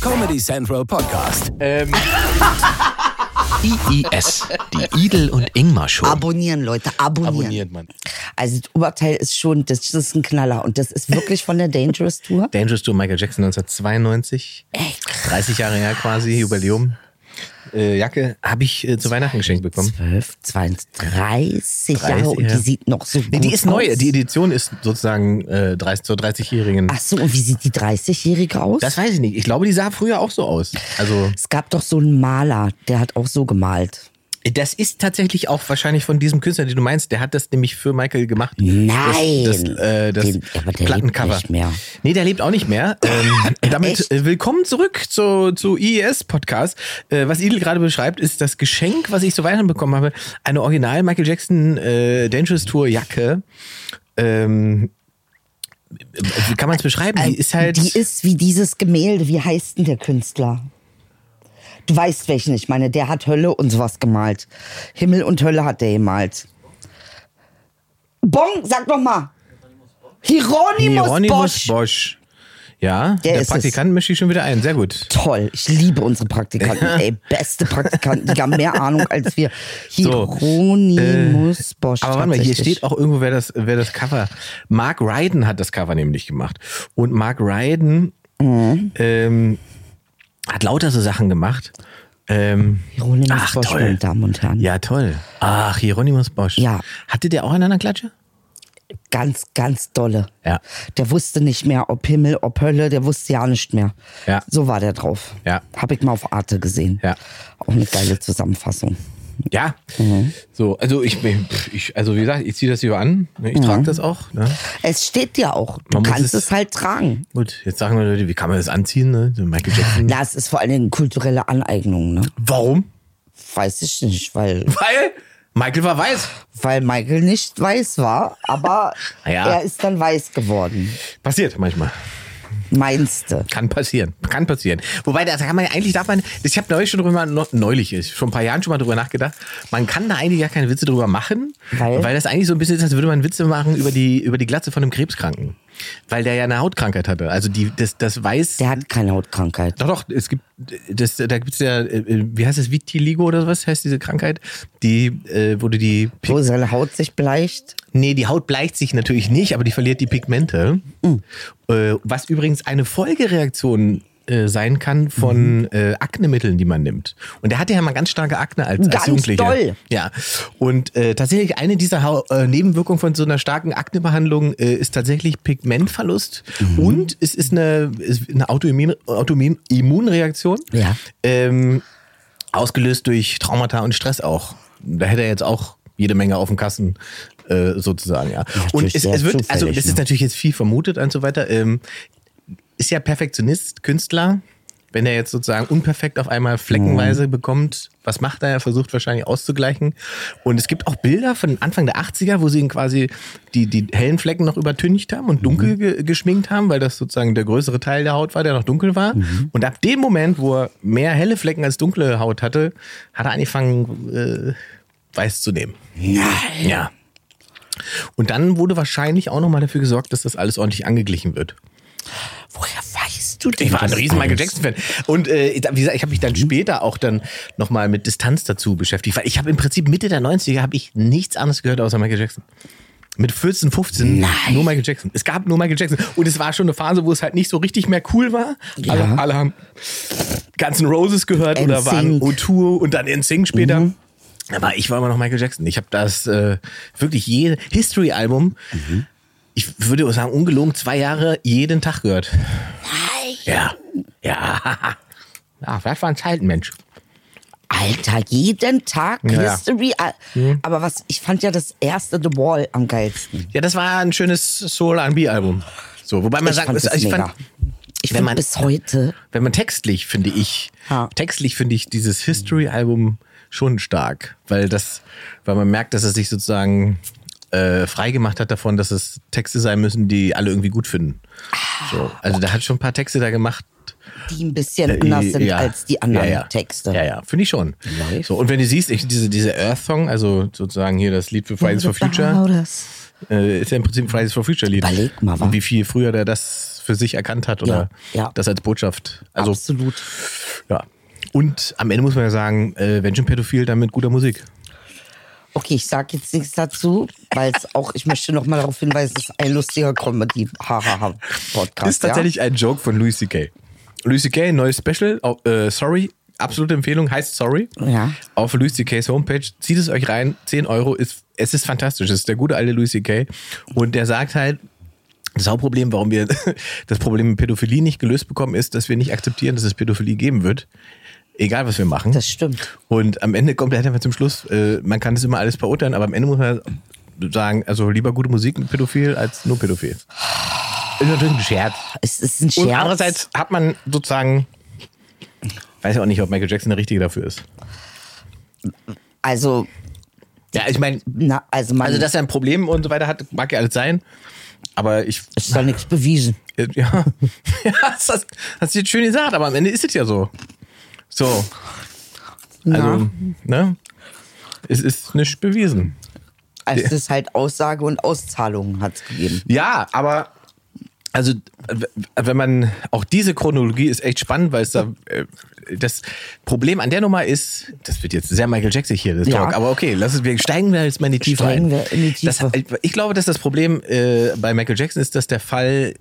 Comedy Central Podcast. Ähm, IIS, die Idel und Ingmar Show. Abonnieren, Leute, abonnieren. abonniert man. Also das Oberteil ist schon, das ist ein Knaller und das ist wirklich von der Dangerous Tour. Dangerous Tour Michael Jackson 1992. 30 Jahre her quasi, Jubiläum. Äh, Jacke habe ich äh, zu Weihnachten geschenkt bekommen. 12, 32 Jahre 30, und die ja. sieht noch so gut Nee, die ist neu. aus. Die Edition ist sozusagen äh, 30, zur 30-Jährigen. Ach so, und wie sieht die 30-Jährige aus? Das weiß ich nicht. Ich glaube, die sah früher auch so aus. Also, es gab doch so einen Maler, der hat auch so gemalt. das ist tatsächlich auch wahrscheinlich von diesem Künstler, den du meinst. Der hat das nämlich für Michael gemacht. Nein. Das, das, äh, das Den- aber der Plattencover. lebt nicht mehr. Nee, der lebt auch nicht mehr. Ähm, und damit Echt? äh, willkommen zurück zu, zu IES-Podcast. Äh, was Idel gerade beschreibt, ist das Geschenk, was ich zu Weihnachten bekommen habe. Eine Original Michael Jackson äh, Dangerous Tour Jacke. Ähm, wie kann man es beschreiben? Die ist halt. Äh, Die ist wie dieses Gemälde, wie heißt denn der Künstler? Du weißt welchen, ich meine, der hat Hölle und sowas gemalt. Himmel und Hölle hat der gemalt. Bong, sag doch mal. Hieronymus, Hieronymus Bosch. Bosch. Ja, Der der, ist es. Praktikant mischt sich schon wieder ein. Sehr gut. Toll, ich liebe unsere Praktikanten. Ey, beste Praktikanten, die haben mehr Ahnung als wir. Hieronymus Bosch. äh, Aber warte mal, hier tatsächlich. steht auch irgendwo, wer das, wer das Cover. Mark Ryden hat das Cover nämlich gemacht. Und Mark Ryden Mhm. ähm, hat lauter so Sachen gemacht. Ähm, Hieronymus ach, Bosch, meine toll. Damen und Herren. Ja, toll. Ach, Hieronymus Bosch. Ja. Hatte der auch einen anderen Klatsche? Ganz, ganz dolle. Ja. Der wusste nicht mehr, ob Himmel, ob Hölle, der wusste ja nicht mehr. Ja. So war der drauf. Ja. Hab ich mal auf Arte gesehen. Ja. Auch eine geile Zusammenfassung. Ja. Mhm. So, also ich, ich, also wie gesagt, ich ziehe das hier an. ne? Ich Mhm. trage das auch. Ne? Es steht ja auch. Du Man muss kannst es- es, halt tragen. Gut, jetzt sagen wir Leute, wie kann man das anziehen? Ne? So Michael Jackson. Na, es ist vor allen Dingen kulturelle Aneignung, ne? Warum? Weiß ich nicht, weil, Weil Michael war weiß. weil Michael nicht weiß war, aber Ja. er ist dann weiß geworden. Passiert manchmal. Meinst du? Kann passieren, kann passieren. Wobei, da kann man ja eigentlich, darf man, ich habe neulich schon drüber, noch- neulich ist, schon ein paar Jahren schon mal drüber nachgedacht, man kann da eigentlich gar keine Witze drüber machen, Weil? weil, das eigentlich so ein bisschen ist, als würde man Witze machen über die, über die Glatze von einem Krebskranken. Weil der ja eine Hautkrankheit hatte. Also die, das, das weiß. Der hat keine Hautkrankheit. doch, doch, es gibt, das, da gibt's ja, äh, wie heißt das, Vitiligo oder was heißt diese Krankheit? Die, äh, wurde die, Pig- Wo seine Haut sich bleicht. Nee, die Haut bleicht sich natürlich nicht, aber die verliert die Pigmente. Mm. Äh, was übrigens eine Folgereaktion äh, sein kann von Mhm. äh, Aknemitteln, die man nimmt. Und der hatte ja mal ganz starke Akne als, Ganz als Jugendlicher. doll. Ja. Und äh, tatsächlich eine dieser Hau äh, Nebenwirkungen von so einer starken Aknebehandlung äh, ist tatsächlich Pigmentverlust Mhm. und es ist eine, es ist eine Autoimmun Autoimmun- Immunreaktion. Ja. Ähm, ausgelöst durch Traumata und Stress auch. Da hätte er jetzt auch jede Menge auf dem Kasten äh, sozusagen, ja. und natürlich es, sehr es wird, also zufällig, das ist ne? natürlich jetzt viel vermutet und so weiter. Ähm, ist ja Perfektionist, Künstler. Wenn er jetzt sozusagen unperfekt auf einmal fleckenweise bekommt, was macht er? Er versucht wahrscheinlich auszugleichen. Und es gibt auch Bilder von Anfang der 80er, wo sie ihn quasi die, die hellen Flecken noch übertüncht haben und dunkel ge geschminkt haben, weil das sozusagen der größere Teil der Haut war, der noch dunkel war. Und ab dem Moment, wo er mehr helle Flecken als dunkle Haut hatte, hat er angefangen, äh, weiß zu nehmen. Nein. Ja. Und dann wurde wahrscheinlich auch nochmal dafür gesorgt, dass das alles ordentlich angeglichen wird. Woher weißt du denn? Ich war ein das riesen Michael alles? Jackson-Fan. Und äh, da- wie gesagt, ich habe mich Mhm. dann später auch dann nochmal mit Distanz dazu beschäftigt, weil ich habe im Prinzip Mitte der 90er habe ich nichts anderes gehört außer Michael Jackson. Mit 14, 15 Nein. nur Michael Jackson. Es gab nur Michael Jackson. Und es war schon eine Phase, wo es halt nicht so richtig mehr cool war. Ja. Alle, alle haben ganzen Roses gehört oder waren NSYNC. O2 und dann NSYNC später. Mhm. Aber ich war immer noch Michael Jackson. Ich habe das äh, wirklich jede History-Album, Mhm. ich würde sagen, ungelogen zwei Jahre jeden Tag gehört. Ja. Ja. Ah, Ja, vielleicht war ein Zeiten, Mensch. Alter, jeden Tag Ja, Mhm. ja. History. ah, Aber was, ich fand ja das erste The Wall am geilsten. Ja, das war ein schönes Soul R&B-Album. So, wobei man Ich sagt, fand es- das ich mega. fand, Ich wenn finde man- bis heute, wenn man textlich, finde ich, Ja. textlich finde ich dieses History-Album schon stark, weil das, weil man merkt, dass es sich sozusagen äh, frei gemacht hat davon, dass es Texte sein müssen, die alle irgendwie gut finden. So, also da hat schon ein paar Texte da gemacht, die ein bisschen anders sind Ja. als die anderen ja, ja. Texte. Ja, ja, finde ich schon. Läuft. So, und wenn du siehst, ich, diese, diese Earth-Song, also sozusagen hier das Lied für Fridays for Future, äh, ist ja im Prinzip ein Fridays for Future-Lied. Überleg mal, wa? Und wie viel früher der das für sich erkannt hat oder Ja, ja. das als Botschaft. Also, Absolut. ja. Und am Ende muss man ja sagen, äh, wenn schon pädophil, dann mit guter Musik. Okay, ich sag jetzt nichts dazu, weil es auch, ich möchte noch mal darauf hinweisen, es ist ein lustiger Comedy-Hahaha-Podcast. ist tatsächlich ein Joke von Louis C.K. Louis C.K., neues Special, au- äh, sorry, absolute Empfehlung, heißt sorry. Ja. Auf Louis C.K.'s Homepage, zieht es euch rein, 10 Euro, ist, es ist fantastisch, es ist der gute alte Louis C.K. Und der sagt halt, das Hauptproblem, warum wir das Problem mit Pädophilie nicht gelöst bekommen, ist, dass wir nicht akzeptieren, dass es Pädophilie geben wird. Egal, was wir machen. Ja, das stimmt. Und am Ende kommt er halt einfach zum Schluss, äh, man kann das immer alles beurteilen, aber am Ende muss man sagen, also lieber gute Musik mit Pädophil als nur Pädophil. Ist natürlich ein Scherz. Es ist ein Scherz. Und andererseits hat man sozusagen, weiß ja auch nicht, ob Michael Jackson der Richtige dafür ist. also, Ja, ich meine, na, also, man, also dass er ein Problem und so weiter hat, mag ja alles sein, aber ich, es ist doch nichts bewiesen. äh, ja, ja das hast hast du jetzt schön gesagt, aber am Ende ist es ja so. So, also, ne? Es ist nicht bewiesen. Also, es ist halt Aussage und Auszahlungen hat es gegeben. Ja, aber also w- wenn man auch diese Chronologie ist echt spannend, weil es da äh, das Problem an der Nummer ist, das wird jetzt sehr Michael Jackson hier das Ja. Talk, aber okay, lass es, wir steigen wir jetzt mal in die Tiefe Steigen ein. wir in die Tiefe. Das, äh, ich glaube, dass das Problem äh, bei Michael Jackson ist, dass der Fall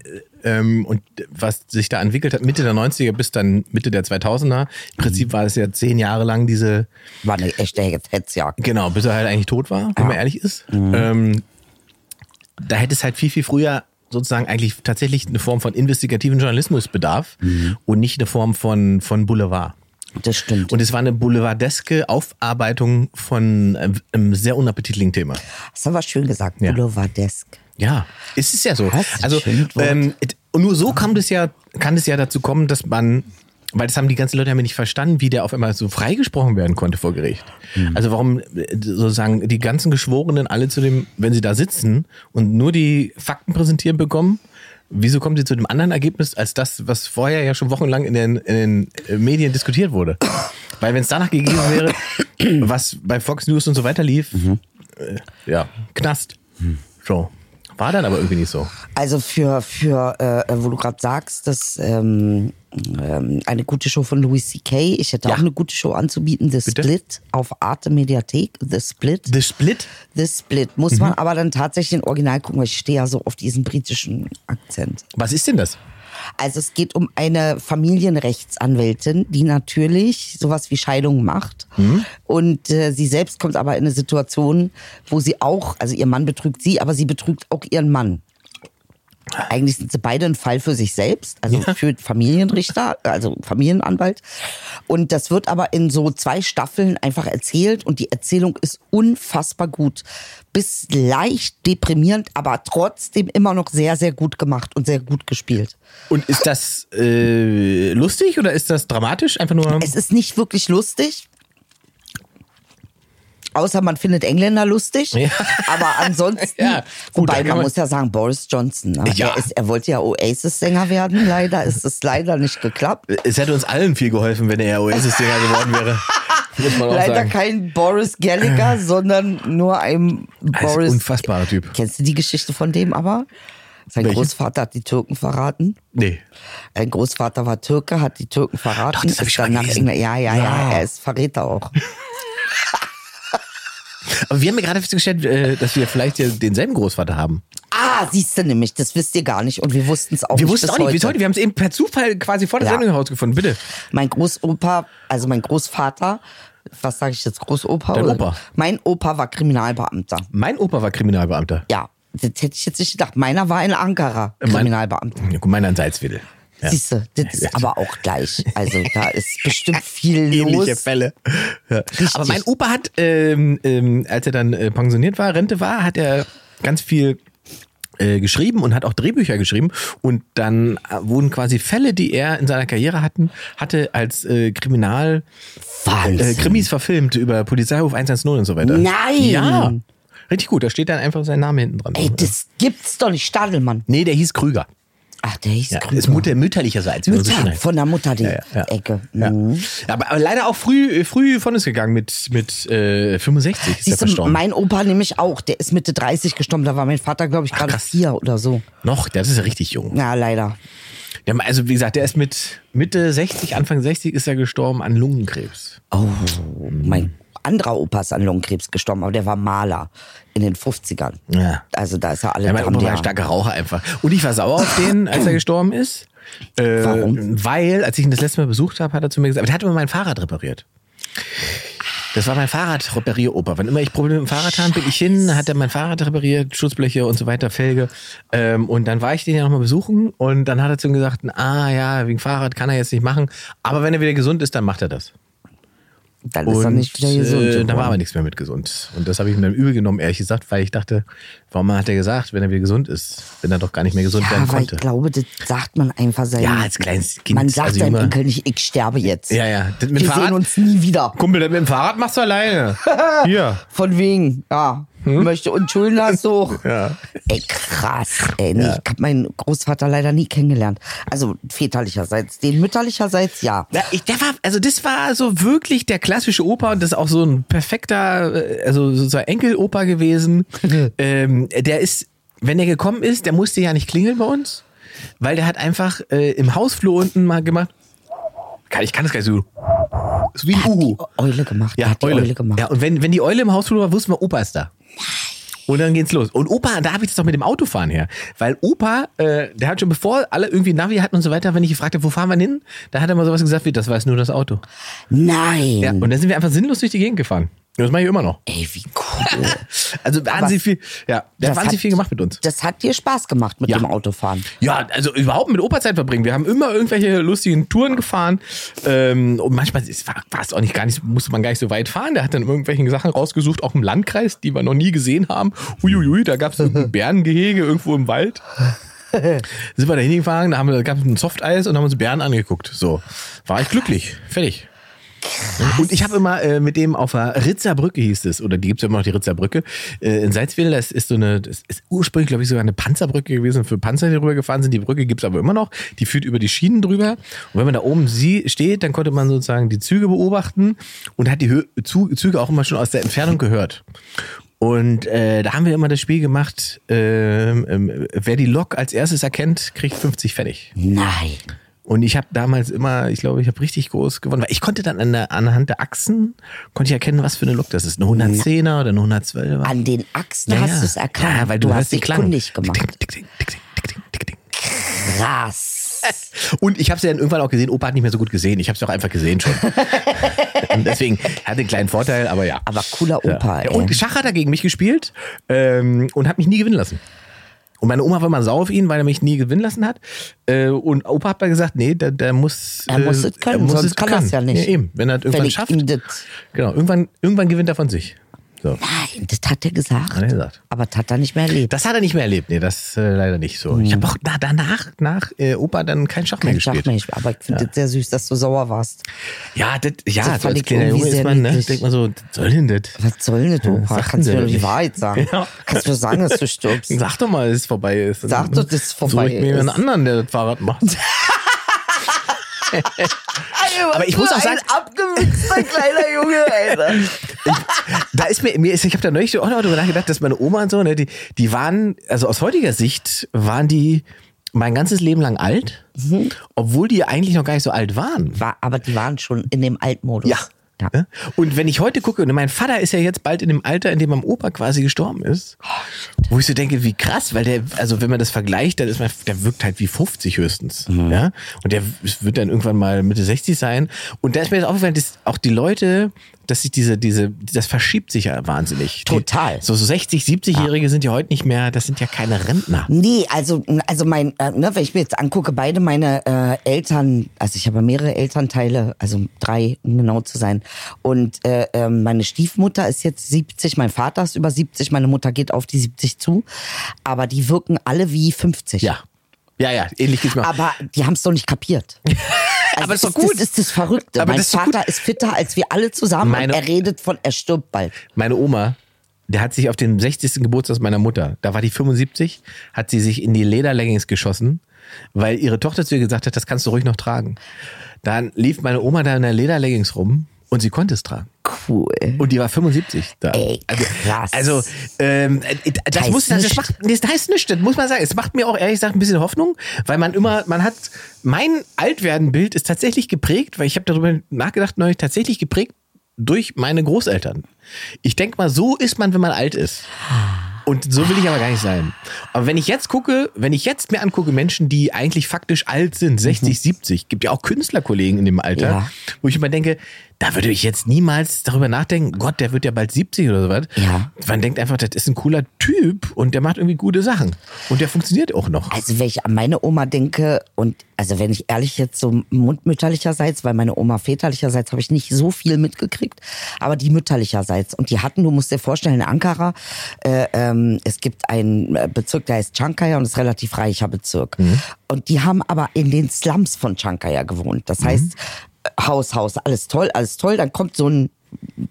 ähm, und was sich da entwickelt hat Mitte der 90er bis dann Mitte der 2000er, im Prinzip war es ja zehn Jahre lang diese War eine echte Hetzjagd. Genau, bis er halt eigentlich tot war, wenn man ehrlich ist. Ähm, da hätte es halt viel, viel früher sozusagen eigentlich tatsächlich eine Form von investigativen Journalismus bedarf und nicht eine Form von, von Boulevard. Das stimmt. Und es war eine boulevardeske Aufarbeitung von ähm, einem sehr unappetitlichen Thema. das haben wir schön gesagt. Ja. Boulevardesk. Ja, es ist ja so. Das ist ein Also schönes Wort. ähm, et- und nur so kam das ja, kann es ja dazu kommen, dass man, weil das haben die ganzen Leute damit nicht verstanden, wie der auf einmal so freigesprochen werden konnte vor Gericht. Also warum äh, sozusagen die ganzen Geschworenen alle zu dem, wenn sie da sitzen und nur die Fakten präsentieren bekommen, wieso kommen sie zu dem anderen Ergebnis als das, was vorher ja schon wochenlang in den, in den äh, Medien diskutiert wurde? Weil wenn es danach gegeben wäre, was bei Fox News und so weiter lief, äh, ja, Knast. So. War dann aber irgendwie nicht so. Also für, für äh, wo du gerade sagst, dass ähm, ähm, eine gute Show von Louis C.K., ich hätte Ja. auch eine gute Show anzubieten, The Bitte? Split auf Arte Mediathek, The Split. The Mhm. Split? The Split. Muss man aber dann tatsächlich in Original gucken, weil ich stehe ja so auf diesen britischen Akzent. Was ist denn das? Also es geht um eine Familienrechtsanwältin, die natürlich sowas wie Scheidung macht. Und äh, sie selbst kommt aber in eine Situation, wo sie auch, also ihr Mann betrügt sie, aber sie betrügt auch ihren Mann. Eigentlich sind sie beide ein Fall für sich selbst, also für Familienrichter, also Familienanwalt. Und das wird aber in so zwei Staffeln einfach erzählt und die Erzählung ist unfassbar gut. Bis leicht deprimierend, aber trotzdem immer noch sehr, sehr gut gemacht und sehr gut gespielt. Und ist das äh, lustig oder ist das dramatisch? Einfach nur. Es ist nicht wirklich lustig. Außer man findet Engländer lustig. Ja. Aber ansonsten, Ja, gut, da wobei kann man, man- muss ja sagen, Boris Johnson, ne? Ja. er, ist, er wollte ja Oasis-Sänger werden, leider ist es leider nicht geklappt. es hätte uns allen viel geholfen, wenn er Oasis-Sänger geworden wäre. Muss man auch leider sagen. kein Boris Gallagher, sondern nur ein Das ist ein Boris. unfassbarer Typ. Kennst du die Geschichte von dem aber? Sein Welche? Großvater hat die Türken verraten. Nee. Ein Großvater war Türke, hat die Türken verraten. Doch, das hab ich ist schon mal dann nach gelesen. England- ja, ja, ja, Ja. er ist Verräter auch. Aber wir haben ja gerade festgestellt, äh, dass wir vielleicht ja denselben Großvater haben. Ah, siehst du nämlich, das wisst ihr gar nicht und wir wussten es auch Wir nicht. wussten bis auch nicht, bis heute. Wir haben es eben per Zufall quasi vor der Ja. Sendung herausgefunden. Bitte. Mein Großopa, also mein Großvater, was sage ich jetzt, Großopa? Dein Opa. Mein Opa war Kriminalbeamter. Mein Opa war Kriminalbeamter. Ja, das hätte ich jetzt nicht gedacht. Meiner war in Ankara Kriminalbeamter. Ja, gut, meiner in Salzwedel. Ja. Siehst du, das ist aber auch gleich. Also da ist bestimmt viel ähnliche los. Fälle. Ja. Aber mein Opa hat, ähm, ähm, als er dann äh, pensioniert war, Rente war, hat er ganz viel äh, geschrieben und hat auch Drehbücher geschrieben und dann äh, wurden quasi Fälle, die er in seiner Karriere hatten, hatte als äh, Kriminal äh, Wahnsinn. Krimis verfilmt über Polizeiruf 110 und so weiter. Nein! Ja. Richtig gut, da steht dann einfach sein Name hinten dran. Ey, das gibt's doch nicht, Stadelmann. nee, der hieß Krüger. Ach, der hieß Ja, Krüger. ist Mutter mütterlicherseits. wie man so schön Mütter, heißt. von der Mutter die Ja, ja, ja. Ecke. Ja. Mhm. Aber, aber leider auch früh, früh von uns gegangen mit, mit äh, 65 ist er Siehst du, verstorben. mein Opa nämlich auch, der ist Mitte 30 gestorben, da war mein Vater, glaube ich, gerade krass. vier oder so. Noch, das ist ja richtig jung. Ja, leider. Der, also wie gesagt, der ist mit Mitte 60, Anfang 60 ist er gestorben an Lungenkrebs. Oh, mein anderer Opa ist an Lungenkrebs gestorben, aber der war Maler in den 50ern. Ja. Also da ist ja alle Ja, mein dran, Opa war ja. ein starker Raucher einfach. Und ich war sauer auf den, als er gestorben ist. Äh, Warum? Weil, als ich ihn das letzte Mal besucht habe, hat er zu mir gesagt, aber der hat immer mein Fahrrad repariert. Das war mein Fahrradreparieroper. Wann immer ich Probleme mit dem Fahrrad hatte, bin ich hin, hat er mein Fahrrad repariert, Schutzbleche und so weiter, Felge. Ähm, und dann war ich den ja nochmal besuchen und dann hat er zu ihm gesagt, ah ja, wegen Fahrrad kann er jetzt nicht machen, aber wenn er wieder gesund ist, dann macht er das. Dann ist er nicht wieder gesund. Äh, da war aber geworden. nichts mehr mit gesund. Und das habe ich mir dann übel genommen, ehrlich gesagt, weil ich dachte, warum hat er gesagt, wenn er wieder gesund ist, wenn er doch gar nicht mehr gesund ja, werden aber ich konnte. glaube, das sagt man einfach seinen. Ja, als kleines Kind, Man sagt also seinem junger- Enkel nicht, ich sterbe jetzt. Ja, ja. Das mit Wir Fahrrad- sehen uns nie wieder. Kumpel, das mit dem Fahrrad machst du alleine. Hier. Von wegen, ja. Möchte und Schulden hast du auch. Hm? Ja. Ey, krass. Ey, nee, Ich habe meinen Großvater leider nie kennengelernt. Also väterlicherseits. Den mütterlicherseits, ja. Na, ich, der war, also das war so wirklich der klassische Opa und das ist auch so ein perfekter, äh, also so so ein Enkelopa gewesen. ähm, der ist, wenn der gekommen ist, der musste ja nicht klingeln bei uns, weil der hat einfach äh, im Hausflur unten mal gemacht. Kann, ich kann das gar nicht so. Ist wie ein Uhu. Eule gemacht. Ja, hat die Eule. Eule gemacht. Ja, und wenn, wenn die Eule im Hausflur war, wussten wir, Opa ist da. Und dann geht's los. Und Opa, da habe ich das doch mit dem Autofahren her. Weil Opa, äh, der hat schon bevor alle irgendwie Navi hatten und so weiter, wenn ich gefragt habe, wo fahren wir hin, da hat er mal sowas gesagt wie, das weiß nur das Auto. Nein. Ja, und dann sind wir einfach sinnlos durch die Gegend gefahren. Und Das mache ich immer noch. Ey, wie cool. Also da haben sie viel, ja, da haben sie viel gemacht mit uns. Das hat dir Spaß gemacht mit Ja. dem Autofahren. Ja, also überhaupt mit Opa Zeit verbringen. Wir haben immer irgendwelche lustigen Touren gefahren. Ähm, und manchmal ist- war war es auch nicht gar nicht, musste man gar nicht so weit fahren. Der hat dann irgendwelche Sachen rausgesucht, auch im Landkreis, die wir noch nie gesehen haben. Uiuiui, da gab es ein Bärengehege irgendwo im Wald. Sind wir da hingefahren, da haben wir- gab es ein Softeis und haben uns Bären angeguckt. So, war ich glücklich. Fertig. Und ich habe immer äh, mit dem auf der Ritzerbrücke hieß es, oder die gibt es ja immer noch, die Ritzerbrücke, äh, in Salzwedel, das ist so eine, das ist ursprünglich, glaube ich, sogar eine Panzerbrücke gewesen für Panzer, die rüber gefahren sind. Die Brücke gibt es aber immer noch, die führt über die Schienen drüber. Und wenn man da oben sie steht, dann konnte man sozusagen die Züge beobachten und hat die Hö Zu Züge auch immer schon aus der Entfernung gehört. Und äh, da haben wir immer das Spiel gemacht, ähm, ähm, wer die Lok als erstes erkennt, kriegt 50 Pfennig. Nein. Und ich habe damals immer, ich glaube, ich habe richtig groß gewonnen, weil ich konnte dann an der, anhand der Achsen, konnte ich erkennen, was für eine Lok das ist. Eine 110er oder eine 112er. An den Achsen Ja, Ah, hast ja. du es erkannt. Ja, weil du, hast hast den dich Klang. kundig gemacht. Tick, tick, tick, tick, tick, tick, tick, tick, tick. Krass. Und ich habe es ja dann irgendwann auch gesehen, Opa hat nicht mehr so gut gesehen. Ich habe es auch einfach gesehen schon. Und Deswegen hatte einen kleinen Vorteil, aber ja. Aber cooler Opa, Ja, ey. und Schach hat er gegen mich gespielt ähm, und hat mich nie gewinnen lassen. Und meine Oma war immer sauer auf ihn, weil er mich nie gewinnen lassen hat. Äh, und Opa hat mal gesagt, nee, der, der muss. Er muss es können, sonst kann er's ja nicht. Ja, eben. Wenn er das irgendwann ich schafft. ihm das- Genau, irgendwann, irgendwann gewinnt er von sich. So, Nein, das hat er gesagt. hat er gesagt. Aber das hat er nicht mehr erlebt. Das hat er nicht mehr erlebt. Nee, das äh, leider nicht so. Ich habe auch na, danach, nach äh, Opa dann kein Schach mehr Kein gespielt. Schach mehr. Aber ich finde das sehr süß, dass du sauer warst. Ja, das, ja, Das so fand als ich kleiner irgendwie Junge ist sehr man, ne? niedlich. Denkt man so, was soll denn das? Was soll denn das, Opa? sagten Kannst sie du doch mir doch die nicht. Wahrheit sagen? Genau. Kannst du sagen, dass du stirbst? Sag doch mal, dass es vorbei ist. Dann Sag doch, dass es vorbei suche ich mir ist. einen anderen, der das Fahrrad macht. Aber ich muss auch sagen- ein abgewichster kleiner Junge, Alter. da ist mir, mir ist, ich habe da neulich auch noch darüber nachgedacht, dass meine Oma und so, ne, die, die waren, also aus heutiger Sicht waren die mein ganzes Leben lang alt, obwohl die eigentlich noch gar nicht so alt waren. War, aber die waren schon in dem Altmodus. Ja. ja. Ne? Und wenn ich heute gucke, und mein Vater ist ja jetzt bald in dem Alter, in dem mein Opa quasi gestorben ist, wo ich so denke, wie krass, weil der, also wenn man das vergleicht, dann ist man, der wirkt halt wie 50 höchstens. Ja? Und der wird dann irgendwann mal Mitte 60 sein. Und da ist mir jetzt aufgefallen, dass auch die Leute, dass sich diese, diese, das verschiebt sich ja wahnsinnig. Total. Die, so, so 60, 70-Jährige sind ja heute nicht mehr, das sind ja keine Rentner. Nee, also, also mein, äh, ne, wenn ich mir jetzt angucke, beide meine äh, Eltern, also ich habe mehrere Elternteile, also drei, um genau zu sein. Und äh, ähm, meine Stiefmutter ist jetzt 70, mein Vater ist über 70, meine Mutter geht auf die 70 zu. Aber die wirken alle wie 50. Ja. Ja, ja, ähnlich geht's mir. auch. Aber die haben es doch nicht kapiert. Also Aber ist doch gut. Das ist das Verrückte. Aber mein das ist doch Vater gut. ist fitter als wir alle zusammen. Meine- und er redet von, er stirbt bald. Meine Oma, der hat sich auf den 60. Geburtstag meiner Mutter, da war die 75, hat sie sich in die Lederleggings geschossen weil ihre Tochter zu ihr gesagt hat, das kannst du ruhig noch tragen. Dann lief meine Oma da in der Lederleggings rum und sie konnte es tragen. Cool. Und die war 75 da. Ey, krass. Also, also ähm, äh, das Heißt muss das nicht. macht, das heißt nichts, das muss man sagen. Es macht mir auch ehrlich gesagt ein bisschen Hoffnung, weil man immer, man hat, mein Altwerden-Bild ist tatsächlich geprägt, weil ich habe darüber nachgedacht neulich, tatsächlich geprägt durch meine Großeltern. Ich denke mal, so ist man, wenn man alt ist. Und so will ich aber gar nicht sein. Aber wenn ich jetzt gucke, wenn ich jetzt mir angucke, Menschen, die eigentlich faktisch alt sind, 60, 70, gibt ja auch Künstlerkollegen in dem Alter, Mhm. Ja. wo ich immer denke, da würde ich jetzt niemals darüber nachdenken, Gott, der wird ja bald 70 oder sowas. Ja. Man denkt einfach, das ist ein cooler Typ und der macht irgendwie gute Sachen. Und der funktioniert auch noch. Also wenn ich an meine Oma denke und also wenn ich ehrlich jetzt so mundmütterlicherseits, weil meine Oma väterlicherseits habe ich nicht so viel mitgekriegt, aber die mütterlicherseits und die hatten, du musst dir vorstellen, in Ankara, äh, ähm, es gibt einen äh, Bezirk, der heißt Çankaya und ist relativ reicher Bezirk und die haben aber in den Slums von Çankaya gewohnt. Das heißt äh, Haus, Haus, alles toll, alles toll. Dann kommt so ein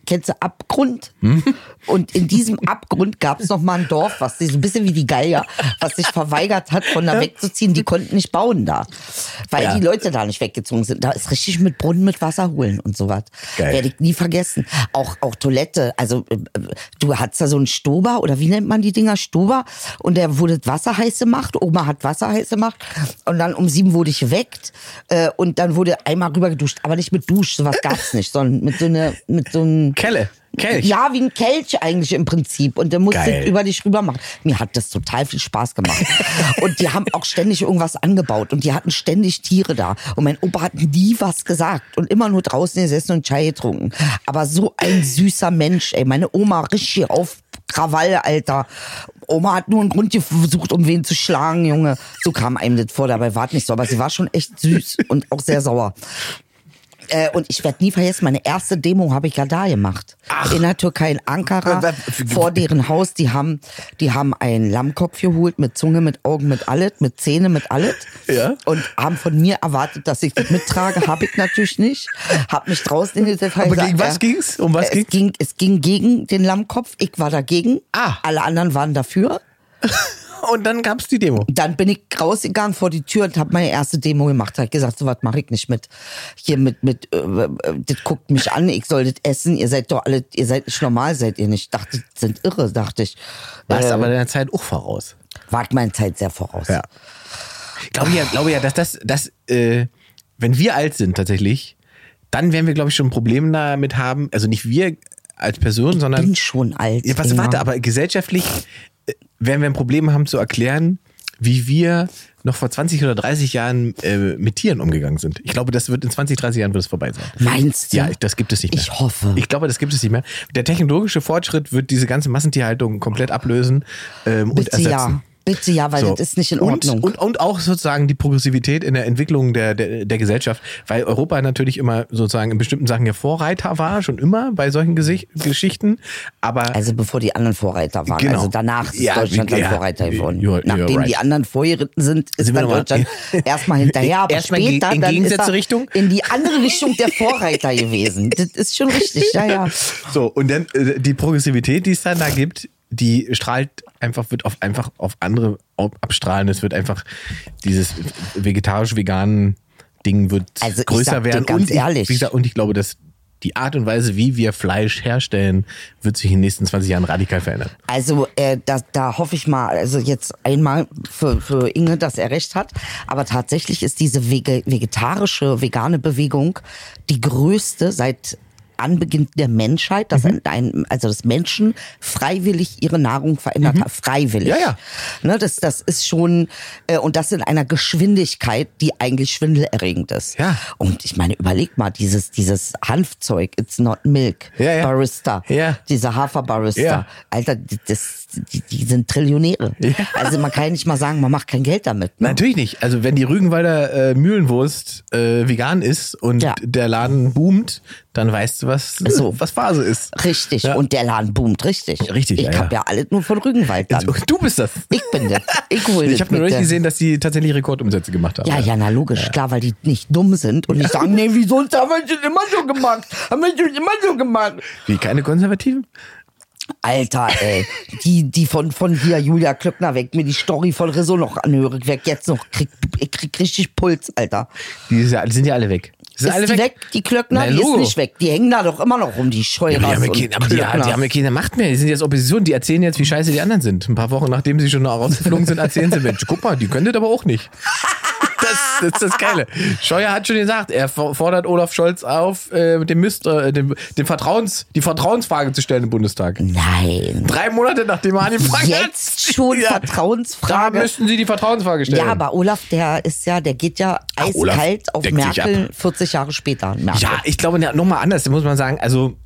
kennst du Abgrund? Hm? Und in diesem Abgrund gab es mal ein Dorf, was sich so ein bisschen wie die Geier, was sich verweigert hat, von da wegzuziehen. Die konnten nicht bauen da, weil Ja. die Leute da nicht weggezogen sind. Da ist richtig mit Brunnen mit Wasser holen und sowas. Geil. Werde ich nie vergessen. Auch, auch Toilette. Also äh, äh, du hattest da so einen Stober oder wie nennt man die Dinger? Stober. Und der wurde Wasser heiß gemacht. Oma hat Wasser heiß gemacht. Und dann um sieben wurde ich geweckt. Äh, und dann wurde einmal rüber geduscht. Aber nicht mit Dusch, sowas gab's nicht, sondern mit so eine, mit so einem Kelle, Kelch. ja, wie ein Kelch eigentlich im Prinzip. Und der musste Geil. über dich rüber machen. Mir hat das total viel Spaß gemacht. und die haben auch ständig irgendwas angebaut und die hatten ständig Tiere da. Und mein Opa hat nie was gesagt und immer nur draußen gesessen und Chai getrunken. Aber so ein süßer Mensch, ey. Meine Oma richtig auf Krawall, Alter. Oma hat nur einen Grund gesucht, um wen zu schlagen, Junge. So kam einem das vor, dabei war es nicht so. Aber sie war schon echt süß und auch sehr sauer. Äh, und ich werde nie vergessen, meine erste Demo habe ich ja da gemacht. In der Türkei, in Ankara, Was- vor deren Haus. Die haben, die haben einen Lammkopf geholt, mit Zunge, mit Augen, mit alles, mit Zähne, mit alles. Ja. Und haben von mir erwartet, dass ich das mittrage. habe ich natürlich nicht. Habe mich draußen in die Türkei Aber gesagt, gegen was ja. ging's? Um was es ging's? ging? Es ging gegen den Lammkopf. Ich war dagegen. Ah. Alle anderen waren dafür. Und dann gab's die Demo. Dann bin ich rausgegangen vor die Tür und habe meine erste Demo gemacht. Hab gesagt, so was mache ich nicht mit. Hier mit, mit, äh, äh, das guckt mich an, ich soll das essen. Ihr seid doch alle, ihr seid nicht normal, seid ihr nicht. Dachte, das sind irre, dachte ich. Warst äh, aber deiner Zeit auch voraus. war ich meine Zeit sehr voraus. Ja. Glaube ja, glaube ja, dass das, dass, äh, wenn wir alt sind tatsächlich, dann werden wir, glaube ich, schon ein Problem damit haben. Also nicht wir als Person, sondern. Bin schon alt. Ja, was, Inga. warte, aber gesellschaftlich äh, werden wir ein Problem haben zu erklären, wie wir noch vor 20 oder 30 Jahren äh, mit Tieren umgegangen sind. Ich glaube, das wird in 20, 30 Jahren wird es vorbei sein. Meinst du? Ja, ich- das gibt es nicht mehr. Ich hoffe. Ich glaube, das gibt es nicht mehr. Der technologische Fortschritt wird diese ganze Massentierhaltung komplett ablösen ähm, und Bitte ersetzen. ja. Bitte ja, weil So. das ist nicht in und, Ordnung. Und, und auch sozusagen die Progressivität in der Entwicklung der, der, der Gesellschaft, weil Europa natürlich immer sozusagen in bestimmten Sachen ja Vorreiter war, schon immer bei solchen Gesicht, Geschichten. Aber also bevor die anderen Vorreiter waren. Genau. Also danach ist Ja, Deutschland ja. dann Vorreiter geworden. You're- you're Nachdem right. die anderen vorgeritten sind, ist Sind wir dann nochmal- Deutschland erstmal hinterher. Aber Erstmal in die- später in dann ist Gegensätze er Richtung? in die andere Richtung der Vorreiter gewesen. Das ist schon richtig, ja, ja. so, und dann äh, die Progressivität, die es dann da gibt, die strahlt einfach, wird auf einfach auf andere au- abstrahlen. Es wird einfach dieses vegetarisch-veganen Ding wird Also ich größer sag dir werden. ganz und ich, ehrlich. Wie gesagt, und ich glaube, dass die Art und Weise, wie wir Fleisch herstellen, wird sich in den nächsten 20 Jahren radikal verändern. Also äh, da, da hoffe ich mal, also jetzt einmal für, für Inge, dass er recht hat. Aber tatsächlich ist diese Wege, vegetarische, vegane Bewegung die größte seit Anbeginn der Menschheit, dass Mhm. ein- ein, also dass Menschen freiwillig ihre Nahrung verändert haben. Freiwillig. Mhm. Ja, ja. Ne, das, das ist schon, äh, und das in einer Geschwindigkeit, die eigentlich schwindelerregend ist. Ja. Und ich meine, überleg mal, dieses, dieses Hanfzeug, it's not milk, Ja, ja. Barista, Ja. dieser Haferbarista. Ja. Alter, die- das, die, die sind Trillionäre. Also man kann nicht mal sagen, man macht kein Geld damit. Ne? Natürlich nicht. Also wenn die Rügenwalder äh, Mühlenwurst äh, vegan ist und Ja. der Laden boomt, dann weißt du, was, So. was Phase ist. Richtig. Ja. Und der Laden boomt, richtig. Richtig, Ich ja, hab ja. ja alles nur von Rügenwald dann. Du bist das. Ich bin das. Ich hol Ich das habe nur mit nicht der- gesehen, dass die tatsächlich Rekordumsätze gemacht haben. Ja, ja, na logisch, klar, weil die nicht dumm sind und nicht sagen, nee, wieso haben wir das immer so gemacht? Haben wir das immer so gemacht? Wie, keine Konservativen? Alter, ey. Die, die von, von dir, Julia Klöckner, weg mir die Story von Rezo noch anhöre, weg jetzt noch, krieg, ich krieg richtig Puls, Alter. Die, ist ja- die sind ja alle weg. Die Sind Ist die weg, die Klöckner? Nein, die ist Logo. nicht weg. Die hängen da doch immer noch rum, die Ja, aber die haben Scheurers ja, und keine, aber die, die Klöckners. haben ja keine Macht mehr. Die sind jetzt Opposition. Die erzählen jetzt, wie scheiße die anderen sind. Ein paar Wochen nachdem sie schon rausgeflogen sind, erzählen sie, Mensch, guck mal, die können das aber auch nicht. Das, das ist das Geile. Scheuer hat schon gesagt, er for- fordert Olaf Scholz auf, äh, mit dem Mist, äh, dem, dem Vertrauens, die Vertrauensfrage zu stellen im Bundestag. Nein. Drei Monate nachdem er angefangen hat. Jetzt schon Ja. Da Vertrauensfrage. müssen sie die Vertrauensfrage stellen. Ja, aber Olaf, der ist ja, der geht ja Ach, Olaf eiskalt auf deckt sich Merkel 40 Jahre später. Merkel. Ja, ich glaube, nochmal anders, da muss man sagen, also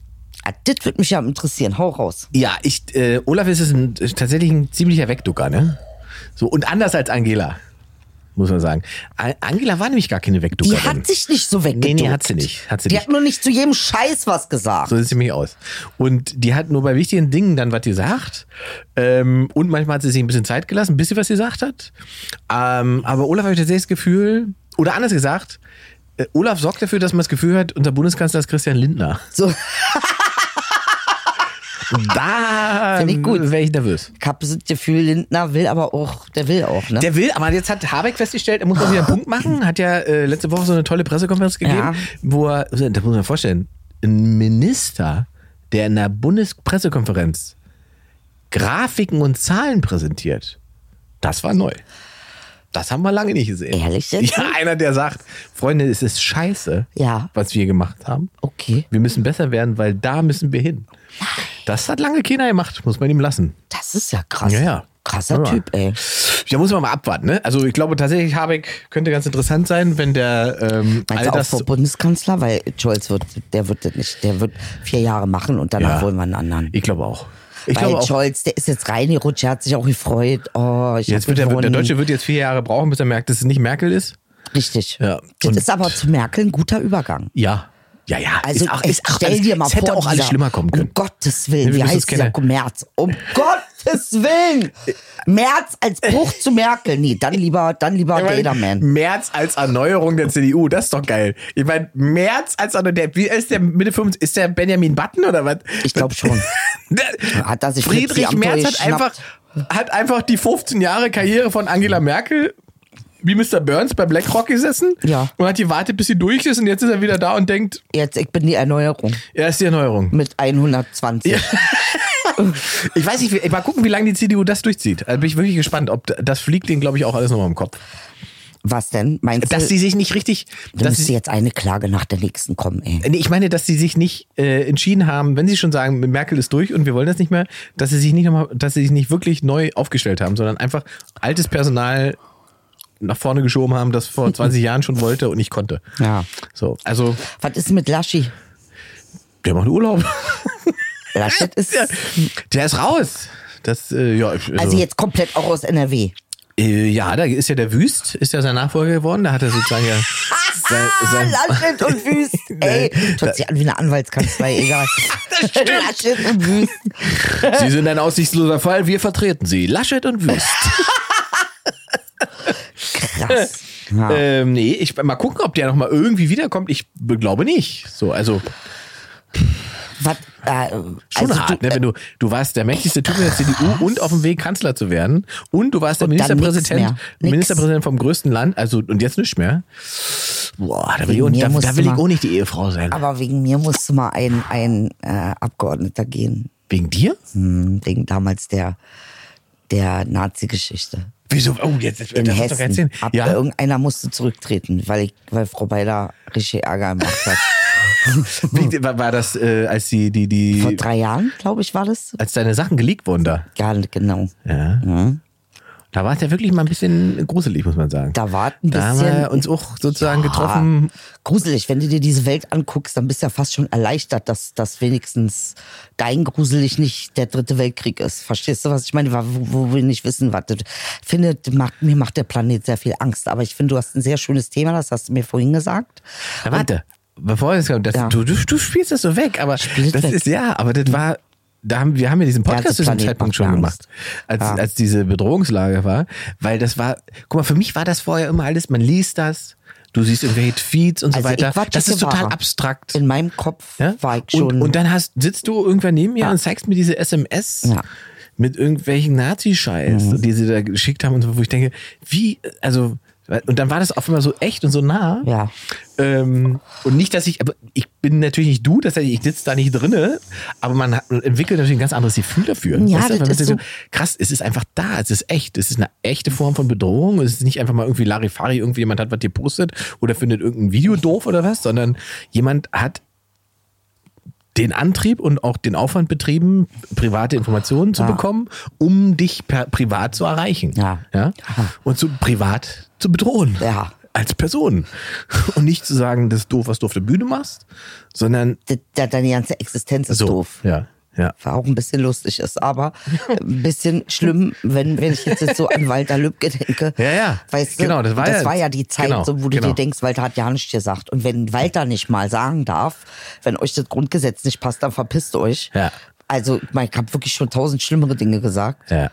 Ah, Das würde mich ja interessieren. Hau raus. Ja, ich, äh, Olaf ist es ein, ist tatsächlich ein ziemlicher Wegducker, ne? So, und anders als Angela, muss man sagen. A Angela war nämlich gar keine Wegduckerin. Die hat sich nicht so Nee, weggeduckt. nee, hat sie nicht. Hat sie Die nicht. hat nur nicht zu jedem Scheiß was gesagt. So sieht sie mich aus. Und die hat nur bei wichtigen Dingen dann, was sie sagt. Ähm, und manchmal hat sie sich ein bisschen Zeit gelassen, ein bisschen, was sie gesagt hat. Ähm, aber Olaf habe ich tatsächlich das Gefühl, oder anders gesagt, äh, Olaf sorgt dafür, dass man das Gefühl hat, unser Bundeskanzler ist Christian Lindner. So. Da Find ich gut. wäre ich nervös. Ich habe das Gefühl, Lindner will aber auch, der will auch, ne? Der will, aber jetzt hat Habeck festgestellt, er muss mal wieder einen Punkt machen. Hat ja äh, letzte Woche so eine tolle Pressekonferenz gegeben, Ja. wo er, das muss man sich vorstellen, ein Minister, der in einer Bundespressekonferenz Grafiken und Zahlen präsentiert, das war neu. Das haben wir lange nicht gesehen. Ehrlich jetzt? Ja, einer, der sagt, Freunde, es ist scheiße, Ja. was wir gemacht haben. okay, Wir müssen besser werden, weil da müssen wir hin. Das hat lange keiner gemacht, muss man ihm lassen. das ist ja krass. Ja, ja. Krasser Ja. Typ, ey. Ja, muss man mal abwarten, ne? Also ich glaube tatsächlich, Habeck könnte ganz interessant sein, wenn der ähm, Meinst du auch Alters... vor Bundeskanzler? Weil Scholz wird, der wird das nicht, der wird vier Jahre machen und danach Ja. wollen wir einen anderen. Ich glaube auch. Ich Weil glaube auch. Scholz, der ist jetzt reingerutscht, der hat sich auch gefreut. Oh, ich Jetzt hab wird der, der gewonnen. Deutsche wird jetzt vier Jahre brauchen, bis er merkt, dass es nicht Merkel ist. Richtig. Ja. Das Und- ist aber zu Merkel ein guter Übergang. Ja. Ja, ja. Also ist auch, ey, ist auch stell alles, dir mal es hätte vor, auch alles dieser, schlimmer kommen können. Um Gottes Willen, Wir wie müssen heißt es dieser kennen. Kommerz? Um Gottes Willen! März als Bruch zu Merkel. Nee, dann lieber, dann lieber Ich meine, Gatorman. März als Erneuerung der CDU, das ist doch geil. Ich meine, März als Erneuerung, wie ist der Mitte 50, ist der Benjamin Button oder was? Ich glaub schon. Der- Hat er sich Friedrich Fritzi Merz Amthor hat einfach, hat einfach die 15 Jahre Karriere von Angela Merkel wie Mr. Burns bei BlackRock gesessen Ja. und hat gewartet, bis sie durch ist und jetzt ist er wieder da und denkt, Jetzt, ich bin die Erneuerung er ist die Erneuerung. mit 120. Ich weiß nicht, wie- mal gucken, wie lange die CDU das durchzieht. Da bin ich wirklich gespannt, ob da- das fliegt denen, glaube ich, auch alles nochmal im Kopf. Was denn? Meinst Dass du, sie sich nicht richtig, da dass sie müsste jetzt eine Klage nach der nächsten kommen, ey. Nee, ich meine, dass sie sich nicht äh, entschieden haben, wenn sie schon sagen, Merkel ist durch und wir wollen das nicht mehr, dass sie sich nicht nochmal, dass sie sich nicht wirklich neu aufgestellt haben, sondern einfach altes Personal nach vorne geschoben haben, das vor 20 Jahren schon wollte und nicht konnte. Ja. So, also Was ist mit Laschi? der macht Urlaub. Laschet ist Der, der ist raus. Das, äh, ja, ich- also jetzt komplett auch aus NRW. äh, ja, da ist ja der Wüst, ist ja sein Nachfolger geworden. Da hat er sozusagen ja sein, Ah, sein, Laschet und Wüst. Ey, tut sich an wie eine Anwaltskanzlei, egal. Laschet und Wüst. Sie sind ein aussichtsloser Fall. Wir vertreten Sie, Laschet und Wüst. Krass. Ja. Ähm, nee, ich mal gucken, ob der nochmal irgendwie wiederkommt. Ich glaube nicht. So, also Was, äh, schon also hart, du, ne? Wenn du, du warst der mächtigste Typ in der CDU und auf dem Weg Kanzler zu werden. Und du warst der Und dann nix Ministerpräsident, mehr. Nix. Ministerpräsident vom größten Land, also und jetzt nicht mehr. Boah, da will, ich, Wegen auch- mir da, musst da will du ich mal- auch nicht die Ehefrau sein. Aber wegen mir musste mal ein, ein äh, Abgeordneter gehen. Wegen dir? Hm, Wegen damals der, der Nazi-Geschichte. Wieso? Oh, jetzt, jetzt In das ist doch Hessen. erzählen. Ab, Ja, Irgendeiner musste zurücktreten, weil, ich, weil Frau Beider richtig Ärger gemacht hat. wie, war, war das, äh, als die, die, Vor die, drei Jahren, glaube ich, war das. als deine Sachen geleakt wurden da? Gar nicht genau. Ja. Da war es ja wirklich mal ein bisschen gruselig, muss man sagen. Da war ein Da haben bisschen- wir uns auch sozusagen Ja. getroffen, Gruselig, wenn du dir diese Welt anguckst, dann bist du ja fast schon erleichtert, dass das wenigstens dein gruselig nicht der dritte Weltkrieg ist. Verstehst du, was ich meine? Wa- Wo, wo wir nicht wissen, was das findet, macht, mir macht der Planet sehr viel Angst. Aber ich finde, du hast ein sehr schönes Thema, das hast du mir vorhin gesagt. Ja, warte, bevor es kommt, das, Ja. du, du, du spielst das so weg, aber Spiel das weg. ist ja, aber das war, da haben wir haben ja diesen Podcast ganze zu diesem Planet Zeitpunkt macht schon mir gemacht, als, Ja. als diese Bedrohungslage war, weil das war, guck mal, für mich war das vorher immer alles, man liest das, du siehst irgendwelche Tweets und Also so ich weiter. war Das ist total Chiquivara. abstrakt. In meinem Kopf Ja? war ich schon. Und, und dann hast, sitzt du irgendwann neben mir und zeigst mir diese SMS Ja. Mhm. mit irgendwelchen Nazi-Scheiß, die sie da geschickt haben und so, wo ich denke, wie, also, und dann war das auf einmal so echt und so nah. Ja. Ähm, und nicht, dass ich, aber ich bin natürlich nicht du, das heißt, ich sitze da nicht drinne, aber man hat, entwickelt natürlich ein ganz anderes Gefühl dafür. Ja, du, das weil man ist denkt so- krass, es ist einfach da, es ist echt, es ist eine echte Form von Bedrohung, es ist nicht einfach mal irgendwie Larifari, irgendjemand hat was gepostet oder findet irgendein Video doof oder was, sondern jemand hat den Antrieb und auch den Aufwand betrieben, private Informationen zu Ja. bekommen, um dich per, privat zu erreichen. Ja. ja? Und zu privat zu bedrohen. Ja. Als Person. Und nicht zu sagen, das ist doof, was du auf der Bühne machst, sondern de- de- deine ganze Existenz ist so. doof. Ja. Ja. War auch ein bisschen lustig ist, aber ein bisschen schlimm, wenn, wenn ich jetzt, jetzt so an Walter Lübcke denke. Ja, ja. Weißt du, Genau, das war ja- die Zeit, genau, so, wo du genau. dir denkst, Walter hat ja nichts gesagt. Und wenn Walter nicht mal sagen darf, wenn euch das Grundgesetz nicht passt, dann verpisst euch. Ja. Also, ich meine, ich habe wirklich schon tausend schlimmere Dinge gesagt. Ja.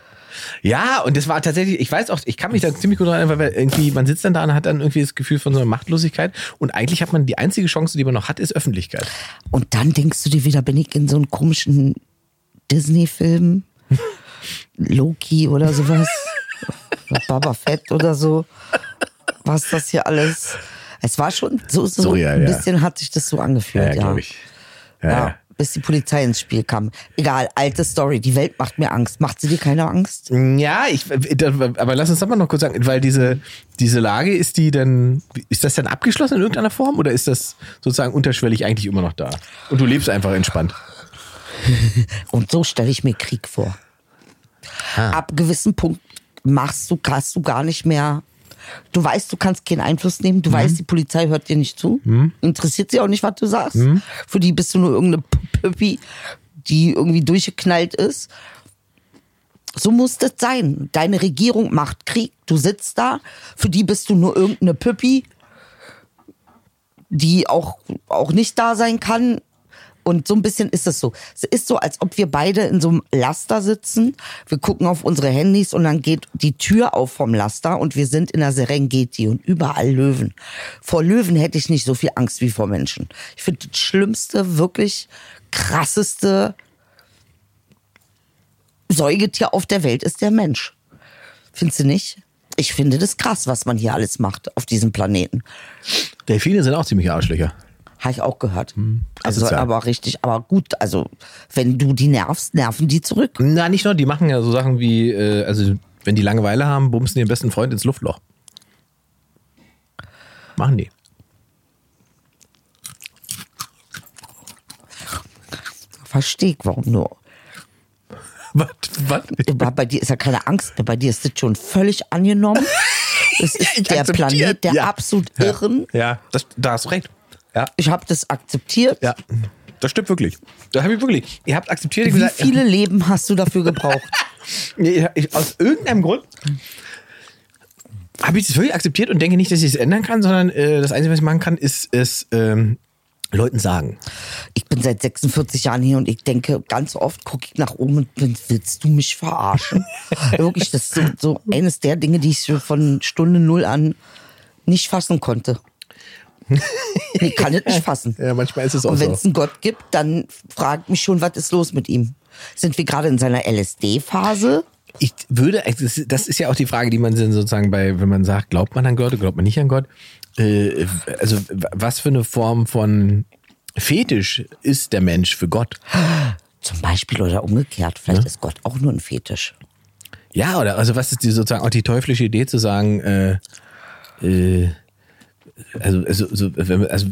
Ja, und das war tatsächlich, ich weiß auch, ich kann mich da ziemlich gut dran erinnern, weil irgendwie, man sitzt dann da und hat dann irgendwie das Gefühl von so einer Machtlosigkeit und eigentlich hat man die einzige Chance, die man noch hat, ist Öffentlichkeit. Und dann denkst du dir wieder, bin ich in so einem komischen Disney-Film? Loki oder sowas? Oder Baba Fett oder so? Was das hier alles? Es war schon so, so Surreal, ein ja. bisschen hat sich das so angefühlt, ja. glaub ich. Ja. Ja, bis die Polizei ins Spiel kam. Egal, alte Story. Die Welt macht mir Angst. Macht sie dir keine Angst? Ja, ich, da- aber lass uns das mal noch kurz sagen, weil diese, diese Lage ist die dann, ist das dann abgeschlossen in irgendeiner Form oder ist das sozusagen unterschwellig eigentlich immer noch da? Und du lebst einfach entspannt. Und so stelle ich mir Krieg vor. Ah. Ab gewissen Punkt machst du, hast du gar nicht mehr. Du weißt, du kannst keinen Einfluss nehmen. Du weißt, die Polizei hört dir nicht zu. Interessiert sie auch nicht, was du sagst. Für die bist du nur irgendeine P- Püppi, die irgendwie durchgeknallt ist. So muss das sein. Deine Regierung macht Krieg. Du sitzt da. Für die bist du nur irgendeine Püppi, die auch, auch nicht da sein kann. Und so ein bisschen ist es so. Es ist so, als ob wir beide in so einem Laster sitzen. Wir gucken auf unsere Handys und dann geht die Tür auf vom Laster und wir sind in der Serengeti und überall Löwen. Vor Löwen hätte ich nicht so viel Angst wie vor Menschen. Ich finde das schlimmste, wirklich krasseste Säugetier auf der Welt ist der Mensch. Findest du nicht? Ich finde das krass, was man hier alles macht auf diesem Planeten. Delfine sind auch ziemlich Arschlöcher. Habe ich auch gehört. Hm, Also, asozial. aber richtig, aber gut. Also, wenn du die nervst, nerven die zurück. Na, nicht nur, die machen ja so Sachen wie, äh, also wenn die Langeweile haben, bumsen ihren besten Freund ins Luftloch. Machen die. Verstehe ich, warum nur. Was? Was? Aber bei dir ist ja keine Angst mehr. Bei dir ist das schon völlig angenommen. Es ist Ich der akzeptier- Planet der Ja. absolut Ja. Irren. Ja, das, da hast du recht. Ja. Ich habe das akzeptiert. Ja. Das stimmt wirklich. Das habe ich wirklich. Ihr habt akzeptiert, ihr Wie gesagt, viele Leben hast du dafür gebraucht? Nee, ich, aus irgendeinem Grund habe ich das wirklich akzeptiert und denke nicht, dass ich es ändern kann, sondern äh, das Einzige, was ich machen kann, ist es ähm, Leuten sagen. ich bin seit 46 Jahren hier und ich denke, ganz oft gucke ich nach oben und bin, willst du mich verarschen? Wirklich, das ist so, so eines der Dinge, die ich so von Stunde Null an nicht fassen konnte. Ich kann es nicht fassen. Ja, manchmal ist es auch Und wenn so. es einen Gott gibt, dann fragt mich schon, was ist los mit ihm? Sind wir gerade in seiner LSD-Phase? Ich würde, es ist- das ist ja auch die Frage, die man dann sozusagen bei, wenn man sagt, glaubt man an Gott oder glaubt man nicht an Gott? Äh, also, w- was für eine Form von Fetisch ist der Mensch für Gott? Zum Beispiel oder umgekehrt. Vielleicht ist Gott auch nur ein Fetisch. Ja, oder also was ist die sozusagen auch die teuflische Idee zu sagen, äh, äh, also, also, so, wenn man, also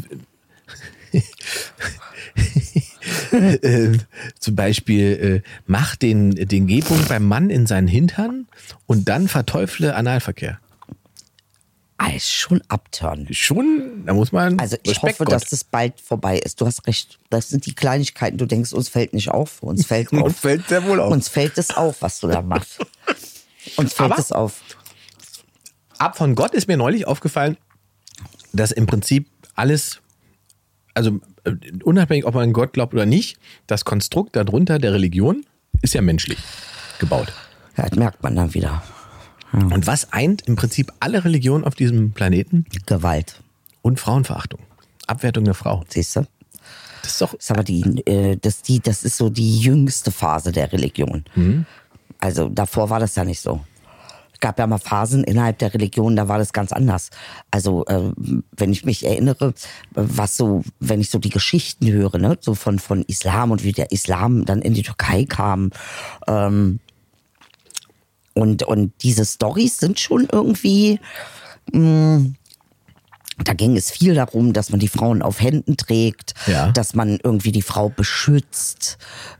äh, zum Beispiel äh, mach den, den G-Punkt beim Mann in seinen Hintern und dann verteufle Analverkehr. Ah, ist schon abturnen. Schon, da muss man. Also ich Respekt hoffe, Gott. dass das bald vorbei ist. Du hast recht. Das sind die Kleinigkeiten. Du denkst, uns fällt nicht auf. Uns fällt Uns auf. fällt sehr wohl auf. Uns fällt es auf, was du da machst. Uns fällt Aber- es auf. ab von Gott ist mir neulich aufgefallen, dass im Prinzip alles, also äh, unabhängig, ob man an Gott glaubt oder nicht, das Konstrukt darunter der Religion ist ja menschlich gebaut. Ja, das merkt man dann wieder. Und was eint im Prinzip alle Religionen auf diesem Planeten? Gewalt. Und Frauenverachtung. Abwertung der Frau. siehst du? Das ist doch. Ist aber die, äh, das, die, das ist so die jüngste Phase der Religion. Also davor war das ja nicht so. Es gab ja mal Phasen innerhalb der Religion, da war das ganz anders. Also äh, wenn ich mich erinnere, was so, wenn ich so die Geschichten höre, ne, so von von Islam und wie der Islam dann in die Türkei kam. Ähm, und, und diese Stories sind schon irgendwie, mm, da ging es viel darum, dass man die Frauen auf Händen trägt, Ja. dass man irgendwie die Frau beschützt.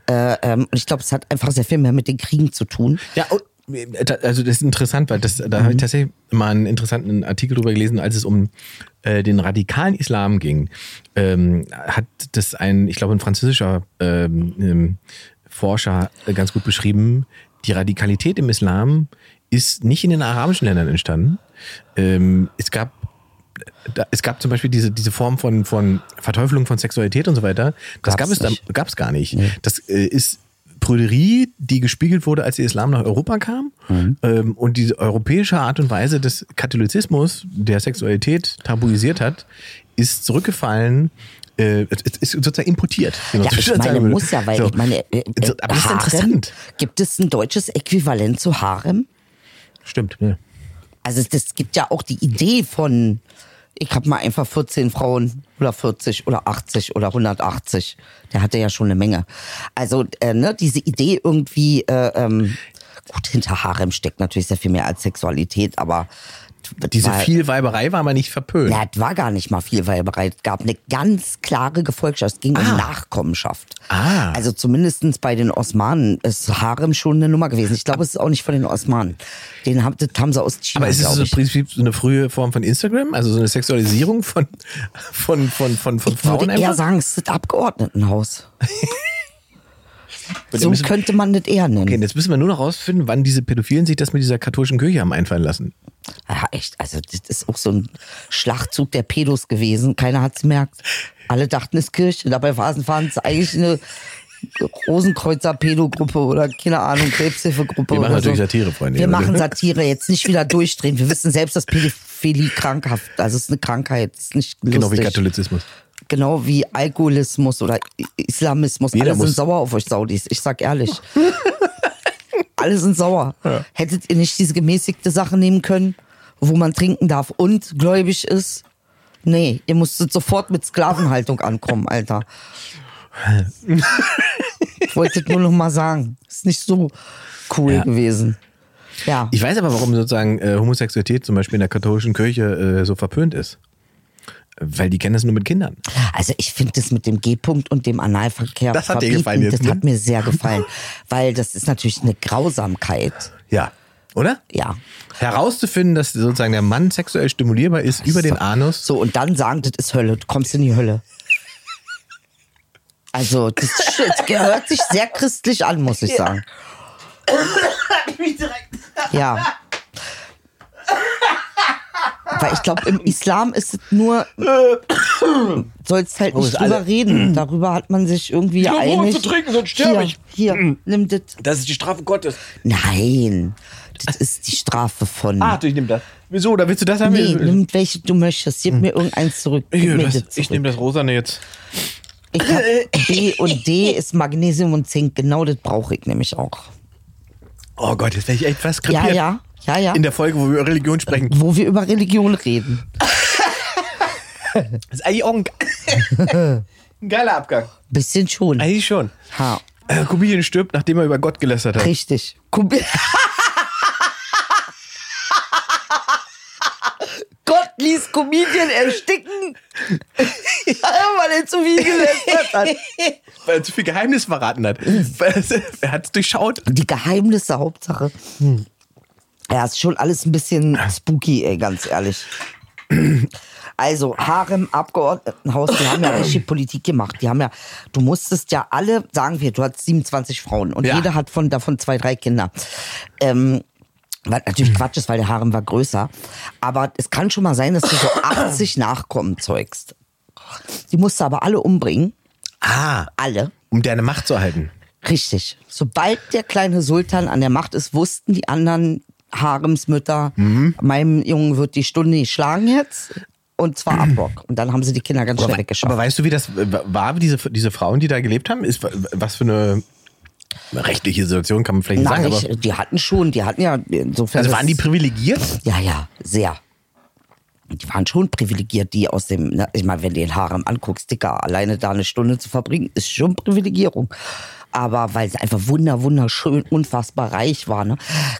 Äh, ähm, und ich glaube, es hat einfach sehr viel mehr mit den Kriegen zu tun. Ja, und, äh, da- also das ist interessant, weil das, da habe ich tatsächlich mal einen interessanten Artikel drüber gelesen, als es um äh, den radikalen Islam ging. Ähm, hat das ein, ich glaube, ein französischer ähm, ähm, Forscher äh, ganz gut beschrieben. Die Radikalität im Islam ist nicht in den arabischen Ländern entstanden. Ähm, es gab da, es gab zum Beispiel diese, diese Form von, von Verteufelung von Sexualität und so weiter. Das Gab's gab es, da, nicht. gab es gar nicht. Das äh, ist Prüderie, die gespiegelt wurde, als der Islam nach Europa kam. Mhm. Ähm, und diese europäische Art und Weise des Katholizismus, der Sexualität tabuisiert hat, ist zurückgefallen. Äh, es- es ist sozusagen importiert. wie man Ja, so ich schön meine, sagen würde. muss ja, weil So. ich meine, äh, äh, So, aber das ist Harem, interessant. Gibt es ein deutsches Äquivalent zu Harem? ne? Stimmt. Ja. Also das gibt ja auch die Idee von, ich habe mal einfach 14 Frauen oder 40 oder 80 oder 180. Der hatte ja schon eine Menge. Also äh, ne, diese Idee irgendwie, äh, ähm, gut, hinter Harem steckt natürlich sehr viel mehr als Sexualität, aber das Diese war- viel Weiberei war aber nicht verpönt. na, es war gar nicht mal viel Weiberei. Es gab eine ganz klare Gefolgschaft. Es ging um Nachkommenschaft. Ah. Also zumindestens bei den Osmanen ist Harem schon eine Nummer gewesen. Ich glaube, es ist auch nicht von den Osmanen. Den haben, das haben sie aus China, Aber ist es glaub so im ich. Prinzip so eine frühe Form von Instagram? Also so eine Sexualisierung von, von, von, von, von Ich würde Frauen eher einfach? sagen, es ist das Abgeordnetenhaus. Und so müssen- könnte man das eher nennen. Okay, jetzt müssen wir nur noch rausfinden, wann diese Pädophilen sich das mit dieser katholischen Kirche haben einfallen lassen. Ja, echt. Also, das ist auch so ein Schlachtzug der Pedos gewesen. Keiner hat's gemerkt. Alle dachten, es ist Kirche. Dabei waren es eigentlich eine Rosenkreuzer-Pedogruppe oder keine Ahnung, Krebshilfegruppe. Wir machen oder natürlich so. Satire, Freunde. Also- Wir machen Satire. Jetzt nicht wieder durchdrehen. Wir wissen selbst, dass Pädophilie krankhaft Also, es ist eine Krankheit. Es ist nicht lustig. Genau wie Katholizismus. Genau wie Alkoholismus oder I- Islamismus. Jeder Alle sind muss- sauer auf euch Saudis. Ich sag ehrlich. Alle sind sauer. Hättet ihr nicht diese gemäßigte Sache nehmen können, wo man trinken darf und gläubig ist? Nee, ihr musstet sofort mit Sklavenhaltung ankommen, Alter. ich wollte es nur noch mal sagen. Ist nicht so cool Ja. gewesen. Ja. Ich weiß aber, warum sozusagen äh, Homosexualität zum Beispiel in der katholischen Kirche äh, so verpönt ist. Weil die kennen das nur mit Kindern. Also ich finde das mit dem G-Punkt und dem Analverkehr Das hat dir verbieten, gefallen jetzt, das ne? hat mir sehr gefallen, weil das ist natürlich eine Grausamkeit. Ja. Oder? Ja. Herauszufinden, dass sozusagen der Mann sexuell stimulierbar ist über den Anus. So und dann sagen, das ist Hölle, du kommst in die Hölle. Also das, ist- das gehört sich sehr christlich an, muss ich sagen. Ja. Weil ich glaube, im Islam ist es nur, sollst Oh, halt nicht ist drüber alle- in. Darüber hat man sich irgendwie hab Hunger einig. zu trinken, sonst sterbe ich. Hier, hier nimm das. Das ist die Strafe Gottes. Nein, das ist die Strafe von. Ah, ich nehme das. Wieso? Oder willst du das haben? nee, nimm welche du möchtest. Hm. Gib mir irgendeins zurück. Gib Hier, mir das, das ich zurück. nehme das Rosane jetzt. Ich hab B und D ist Magnesium und Zink. Genau das brauche ich nämlich auch. Oh Gott, jetzt wäre ich echt fast krepiert. Ja, ja, ja, ja. In der Folge, wo wir über Religion sprechen. Wo wir über Religion reden. Das ist eigentlich auch ein, ein geiler Abgang. Bisschen schon. Eigentlich schon. Ha, Äh, Comedian stirbt, nachdem er über Gott gelästert hat. richtig. Guck mir- Gott ließ Comedian ersticken, weil er zu viel gelästert hat. Weil er zu viel Geheimnis verraten hat. Weil es- er hat es durchschaut. Die Geheimnisse, Hauptsache. Ja, ist schon alles ein bisschen spooky, ey, ganz ehrlich. Also, Harem, Abgeordnetenhaus, die haben ja richtig Politik gemacht. Die haben ja, du musstest ja alle, sagen wir, du hattest 27 Frauen und Ja. jede hat von, davon zwei, drei Kinder. Ähm, was natürlich Quatsch ist, weil der Harem war größer. Aber es kann schon mal sein, dass du so 80 Nachkommen zeugst. Die musst du aber alle umbringen. Ah, Alle. um deine Macht zu erhalten. Richtig. Sobald der kleine Sultan an der Macht ist, wussten Mhm. die anderen Haremsmütter, meinem Jungen wird die Stunde nicht schlagen jetzt. Und zwar Abrock. Und dann haben sie die Kinder ganz schnell Aber, weggeschafft. aber weißt du, wie das äh, war, diese, diese Frauen, die da gelebt haben? Ist, was für eine rechtliche Situation kann man vielleicht nicht Nein, sagen, aber ich, die hatten schon, die hatten ja insofern. also das- waren die privilegiert? Ja, ja, sehr. Die waren schon privilegiert, die aus dem, ne, ich meine, wenn du den Harem anguckst, Dicker, alleine da eine Stunde zu verbringen, ist schon Privilegierung. Aber weil sie einfach wunder, wunderschön, unfassbar reich war, ne?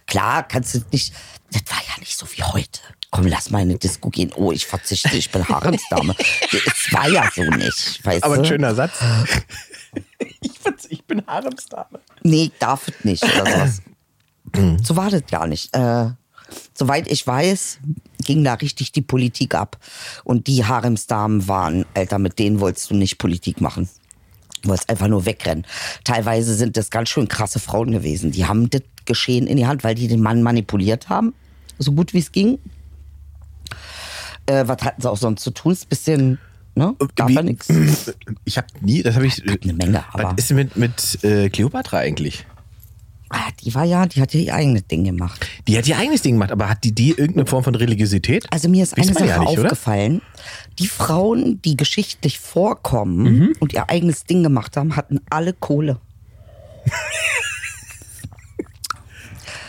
Klar, kannst du nicht, das war ja nicht so wie heute. Komm, lass mal in eine Disco gehen. Oh, ich verzichte, ich bin Haremsdame. es war ja so nicht, weißt Aber du? ein schöner Satz. ich, find's- ich bin Haremsdame. Nee, ich darf es nicht oder sowas. so war das gar nicht. Äh, soweit ich weiß, ging da richtig die Politik ab. Und die Haremsdamen waren, Alter, mit denen wolltest du nicht Politik machen. Du wolltest einfach nur wegrennen. Teilweise sind das ganz schön krasse Frauen gewesen. Die haben das Geschehen in die Hand, weil die den Mann manipuliert haben, so gut wie es ging. Äh, was hatten sie auch sonst zu tun? Ist ein bisschen, ne? Gab Wie- ja nichts. Ich habe nie, das habe ich. eine Menge, aber- Was ist denn mit, mit äh, Cleopatra eigentlich? Ah, die war ja, die hat ja ihr eigenes Ding gemacht. Die hat ihr eigenes Ding gemacht, aber hat die, die irgendeine Form von Religiosität? Also mir ist Weiß eine man Sache ja nicht, oder? aufgefallen. Die Frauen, die geschichtlich vorkommen Mhm. und ihr eigenes Ding gemacht haben, hatten alle Kohle.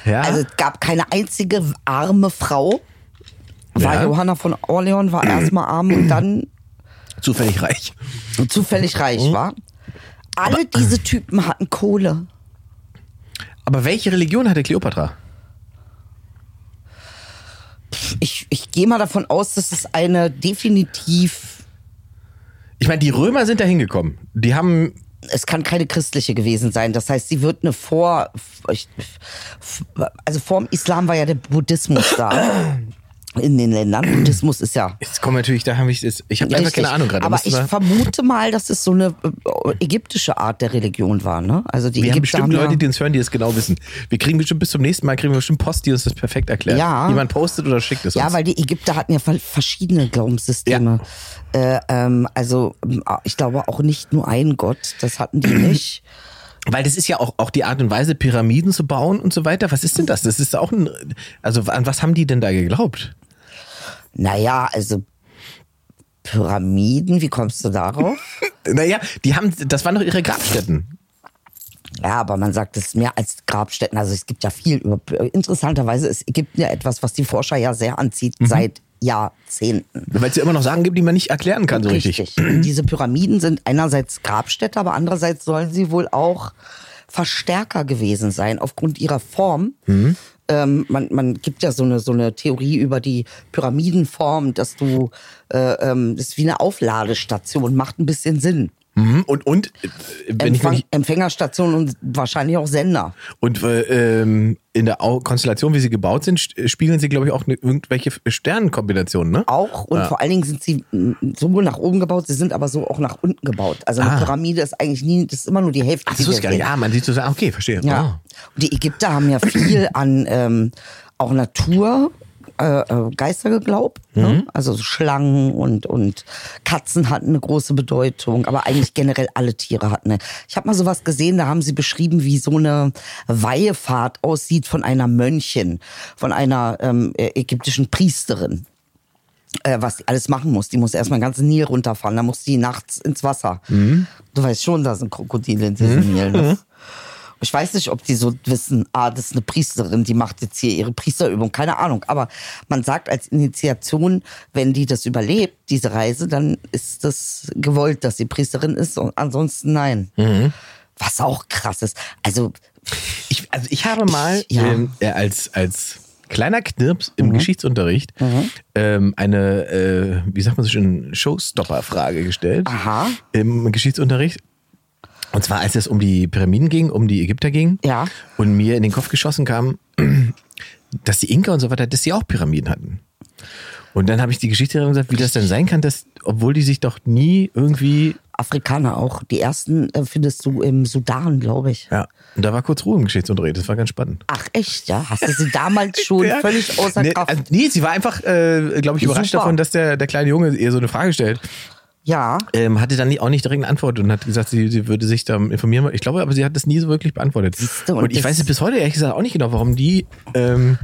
Ja. Also es gab keine einzige arme Frau. War Ja. Johanna von Orleans war erstmal arm und dann zufällig reich. zufällig reich, war. Alle diese Typen hatten Kohle. Aber welche Religion hatte Cleopatra? Ich, ich gehe mal davon aus, dass es eine definitiv, Ich meine, die Römer sind da hingekommen. Die haben es kann keine christliche gewesen sein. Das heißt, sie wird eine vor, ich- f- also vor dem Islam war ja der Buddhismus da. In den Ländern. Buddhismus ist ja Jetzt kommen wir natürlich, da habe ich jetzt, ich habe einfach Richtig. keine Ahnung gerade. Aber Müssen ich wir- vermute mal, dass es so eine äh, ägyptische Art der Religion war, ne? Also die wir haben Ägypter bestimmt ja- Leute, die uns hören, die es genau wissen. Wir kriegen bestimmt bis zum nächsten Mal kriegen wir bestimmt Post, die uns das perfekt erklärt. Ja. Jemand postet oder schickt es uns. ja, weil die Ägypter hatten ja ver- verschiedene Glaubenssysteme. Äh, ähm, also ähm, ich glaube auch nicht nur einen Gott, das hatten die nicht. Weil das ist ja auch, auch die Art und Weise, Pyramiden zu bauen und so weiter. Was ist denn das? Das ist auch ein, also an was haben die denn da geglaubt? Naja, also Pyramiden, wie kommst du darauf? Naja, die haben, das waren doch ihre Grabstätten. ja, aber man sagt es ist mehr als Grabstätten. Also es gibt ja viel über. Interessanterweise ist Ägypten ja etwas, was die Forscher ja sehr Mhm. anzieht seit Jahrzehnten. Weil es ja immer noch Sachen gibt, die man nicht erklären kann so Also richtig. Und Diese Pyramiden sind einerseits Grabstätte, aber andererseits sollen sie wohl auch Verstärker gewesen sein aufgrund ihrer Form. Mhm. Ähm, man, man gibt ja so eine, so eine Theorie über die Pyramidenform, dass du äh, ähm, das ist wie eine Aufladestation, macht ein bisschen Sinn. Mhm. Und, und, äh, wenn ich Empfang, mich, Empfängerstation und wahrscheinlich auch Sender. und äh, ähm, in der Au- Konstellation, wie sie gebaut sind, st- äh, spiegeln sie, glaube ich, auch ne, irgendwelche Sternenkombinationen, ne? Auch und vor allen Dingen sind sie mh, sowohl nach oben gebaut, sie sind aber so auch nach unten gebaut. Also eine Ah. Pyramide ist eigentlich nie, das ist immer nur die Hälfte. Ach, die das ist wir gar nicht. sehen. Ja, man sieht so, ah, okay, verstehe. Ja. Und die Ägypter haben ja viel an ähm, auch Natur. äh, äh, Geister geglaubt, ne? also so Schlangen und und Katzen hatten eine große Bedeutung, aber eigentlich generell alle Tiere hatten. eine. Ich habe mal sowas gesehen, da haben sie beschrieben, wie so eine Weihefahrt aussieht von einer Mönchin, von einer ähm, ä- ägyptischen Priesterin äh, was die alles machen muss. Die muss erstmal den ganzen Nil runterfahren, dann muss die nachts ins Wasser. Du weißt schon, da sind Krokodile in diesem Nil. Ne? Ich weiß nicht, ob die so wissen, ah, das ist eine Priesterin, die macht jetzt hier ihre Priesterübung, keine Ahnung. Aber man sagt als Initiation, wenn die das überlebt, diese Reise, dann ist das gewollt, dass sie Priesterin ist und ansonsten nein. Mhm. Was auch krass ist. Also, Ich, also ich habe mal Ich- ja. Mhm. ähm, äh, als, als kleiner Knirps im Geschichtsunterricht ähm, eine, äh, wie sagt man so schön, Showstopper-Frage gestellt. Aha. Im Geschichtsunterricht. Und zwar, als es um die Pyramiden ging, um die Ägypter ging. Ja. Und mir in den Kopf geschossen kam, dass die Inka und so weiter, dass sie auch Pyramiden hatten. Und dann habe ich die Geschichtslehrerin gesagt, wie das denn sein kann, dass, obwohl die sich doch nie irgendwie. Afrikaner auch. Die ersten äh, findest du im Sudan, glaube ich. Ja. Und da war kurz Ruhe im Geschichtsunterricht, das war ganz spannend. Ach echt, ja? Hast du sie damals schon Ja. völlig außer nee, Kraft? also, nee, sie war einfach, äh, glaube ich, überrascht Super. davon, dass der, der kleine Junge ihr so eine Frage stellt. Ja. Ähm, hatte dann nie- auch nicht direkt eine Antwort und hat gesagt, sie, sie würde sich da informieren. Ich glaube, aber sie hat das nie so wirklich beantwortet. Siehste, und und ich das- weiß jetzt bis heute ehrlich gesagt auch nicht genau, warum die. Ähm,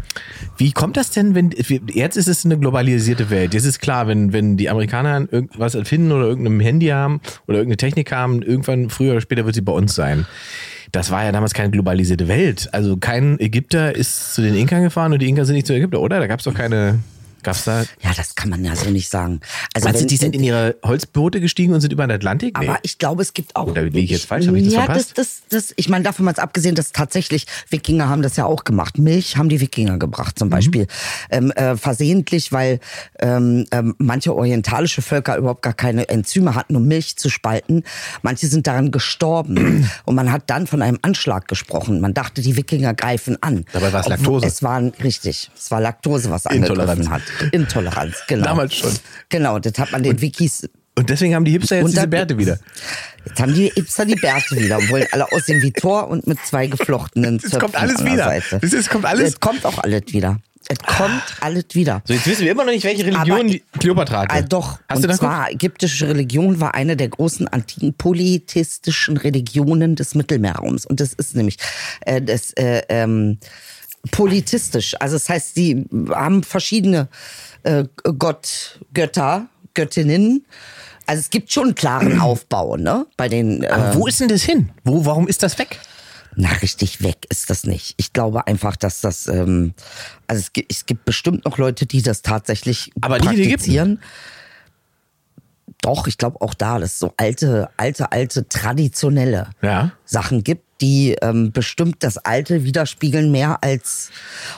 wie kommt das denn, wenn jetzt ist es eine globalisierte Welt? Jetzt ist klar, wenn wenn die Amerikaner irgendwas erfinden oder irgendein Handy haben oder irgendeine Technik haben, irgendwann früher oder später wird sie bei uns sein. Das war ja damals keine globalisierte Welt. Also kein Ägypter ist zu den Inkern gefahren und die Inker sind nicht zu Ägypter, oder? Da gab es doch keine. Gab's da? Ja, das kann man ja so nicht sagen. Also, Also wenn- die sind in ihre Holzboote gestiegen und sind über den Atlantik? Nee. Aber ich glaube, es gibt auch. Oder liege ich jetzt falsch? Habe ich das ja, verpasst? Das, das, das, ich meine, davon mal jetzt abgesehen, dass tatsächlich Wikinger haben das ja auch gemacht. Milch haben die Wikinger gebracht Mhm. zum Beispiel. Ähm, äh, versehentlich, weil ähm, ähm, manche orientalische Völker überhaupt gar keine Enzyme hatten, um Milch zu spalten. Manche sind daran gestorben. Und man hat dann von einem Anschlag gesprochen. Man dachte, die Wikinger greifen an. Dabei war es Obwohl- Laktose. Es waren, richtig, es war Laktose, was Intoleranz. angegriffen hat. Intoleranz, genau. Damals schon. Genau, das hat man den Wikis Und deswegen haben die Hipster jetzt Und diese dann- Bärte wieder. Jetzt haben die Ipser die Bärte wieder und wollen alle aussehen wie Thor und mit zwei geflochtenen Es Zöpfen kommt alles an der wieder. Seite. Es ist- kommt alles- Ah. Es kommt auch alles wieder. Es kommt alles wieder. So, jetzt wissen wir immer noch nicht, welche Religion Aber- die Kleopatra hatte. Ah, doch, Hast und du da zwar ägyptische Religion war eine der großen antiken polytheistischen Religionen des Mittelmeerraums. Und das ist nämlich äh, das äh, ähm, polytheistisch. Also das heißt, sie haben verschiedene äh, Gott, Götter, Göttinnen. Also es gibt schon einen klaren Aufbau, ne? Bei den äh, Aber wo ist denn das hin? Wo, warum ist das weg? Na, richtig weg ist das nicht. Ich glaube einfach, dass das, ähm, also es gibt, es gibt bestimmt noch Leute, die das tatsächlich Aber die, die praktizieren. Doch, ich glaube auch da, dass es so alte, alte, alte, traditionelle Ja. Sachen gibt, die ähm, bestimmt das Alte widerspiegeln mehr als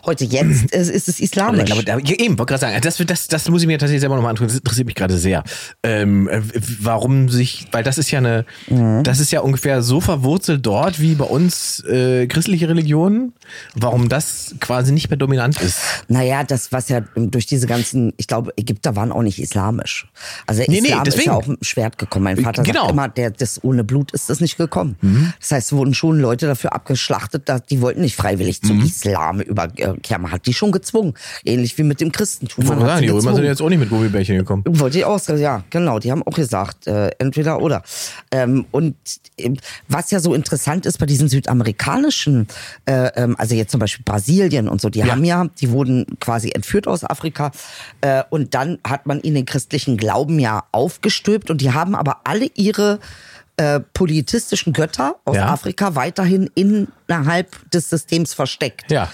heute jetzt ist, ist es islamisch. Ich glaube, da, ja, eben, wollte gerade sagen, das, wird- das, das muss ich mir tatsächlich selber nochmal antun. Das interessiert mich gerade sehr. Ähm, äh, warum sich, weil das ist ja eine, Mhm. das ist ja ungefähr so verwurzelt dort wie bei uns äh, christliche Religionen, warum das quasi nicht mehr dominant ist. Naja, das, was ja ähm, durch diese ganzen, ich glaube, Ägypter waren auch nicht islamisch. Also der Nee, nee, Islam ist deswegen. ja auf ein Schwert gekommen. Mein Vater Genau. Mhm. sagt immer, der, das ohne Blut ist das nicht gekommen. Das heißt, wurden schon Leute dafür abgeschlachtet, dass, die wollten nicht freiwillig Mhm. zum Islam überkehren. Man hat die schon gezwungen. Ähnlich wie mit dem Christentum. Ich Man wollte hat sagen, sie die Römer gezwungen. sind jetzt auch nicht mit Gummibärchen gekommen. Wollte ich auch sagen, ja, genau, die haben auch gesagt, äh, entweder oder. Ähm, und ähm, was ja so interessant ist bei diesen südamerikanischen, äh, ähm, also jetzt zum Beispiel Brasilien und so, die haben ja, die wurden quasi entführt aus Afrika äh, und dann hat man ihnen den christlichen Glauben ja aufgestülpt und die haben aber alle ihre äh, politistischen Götter aus Ja. Afrika weiterhin innerhalb des Systems versteckt. Ja.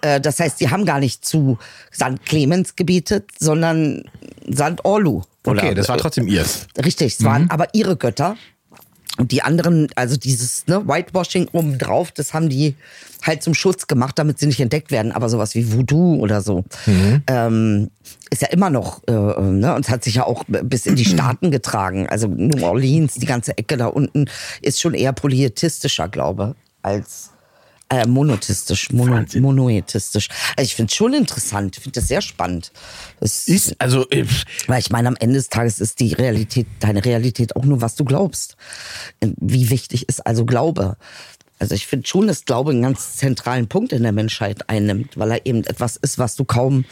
Äh, Das heißt, die haben gar nicht zu St. Clemens gebetet, sondern St. Orlu. Oder- äh, Okay, das war trotzdem ihrs. Richtig, es waren aber ihre Götter. Und die anderen, also dieses ne, Whitewashing obendrauf, das haben die halt zum Schutz gemacht, damit sie nicht entdeckt werden. Aber sowas wie Voodoo oder so ähm, ist ja immer noch, äh, ne, und es hat sich ja auch bis in die Staaten getragen. Also New Orleans, die ganze Ecke da unten, ist schon eher polytheistischer Glaube als äh, monotheistisch, mono, monoetheistisch. Also ich finde es schon interessant, finde das sehr spannend. Es- Ist, also, äh, weil ich meine, am Ende des Tages ist die Realität, deine Realität auch nur, was du glaubst. Ähm, Wie wichtig ist also Glaube? Also ich finde schon, dass Glaube einen ganz zentralen Punkt in der Menschheit einnimmt, weil er eben etwas ist, was du kaum,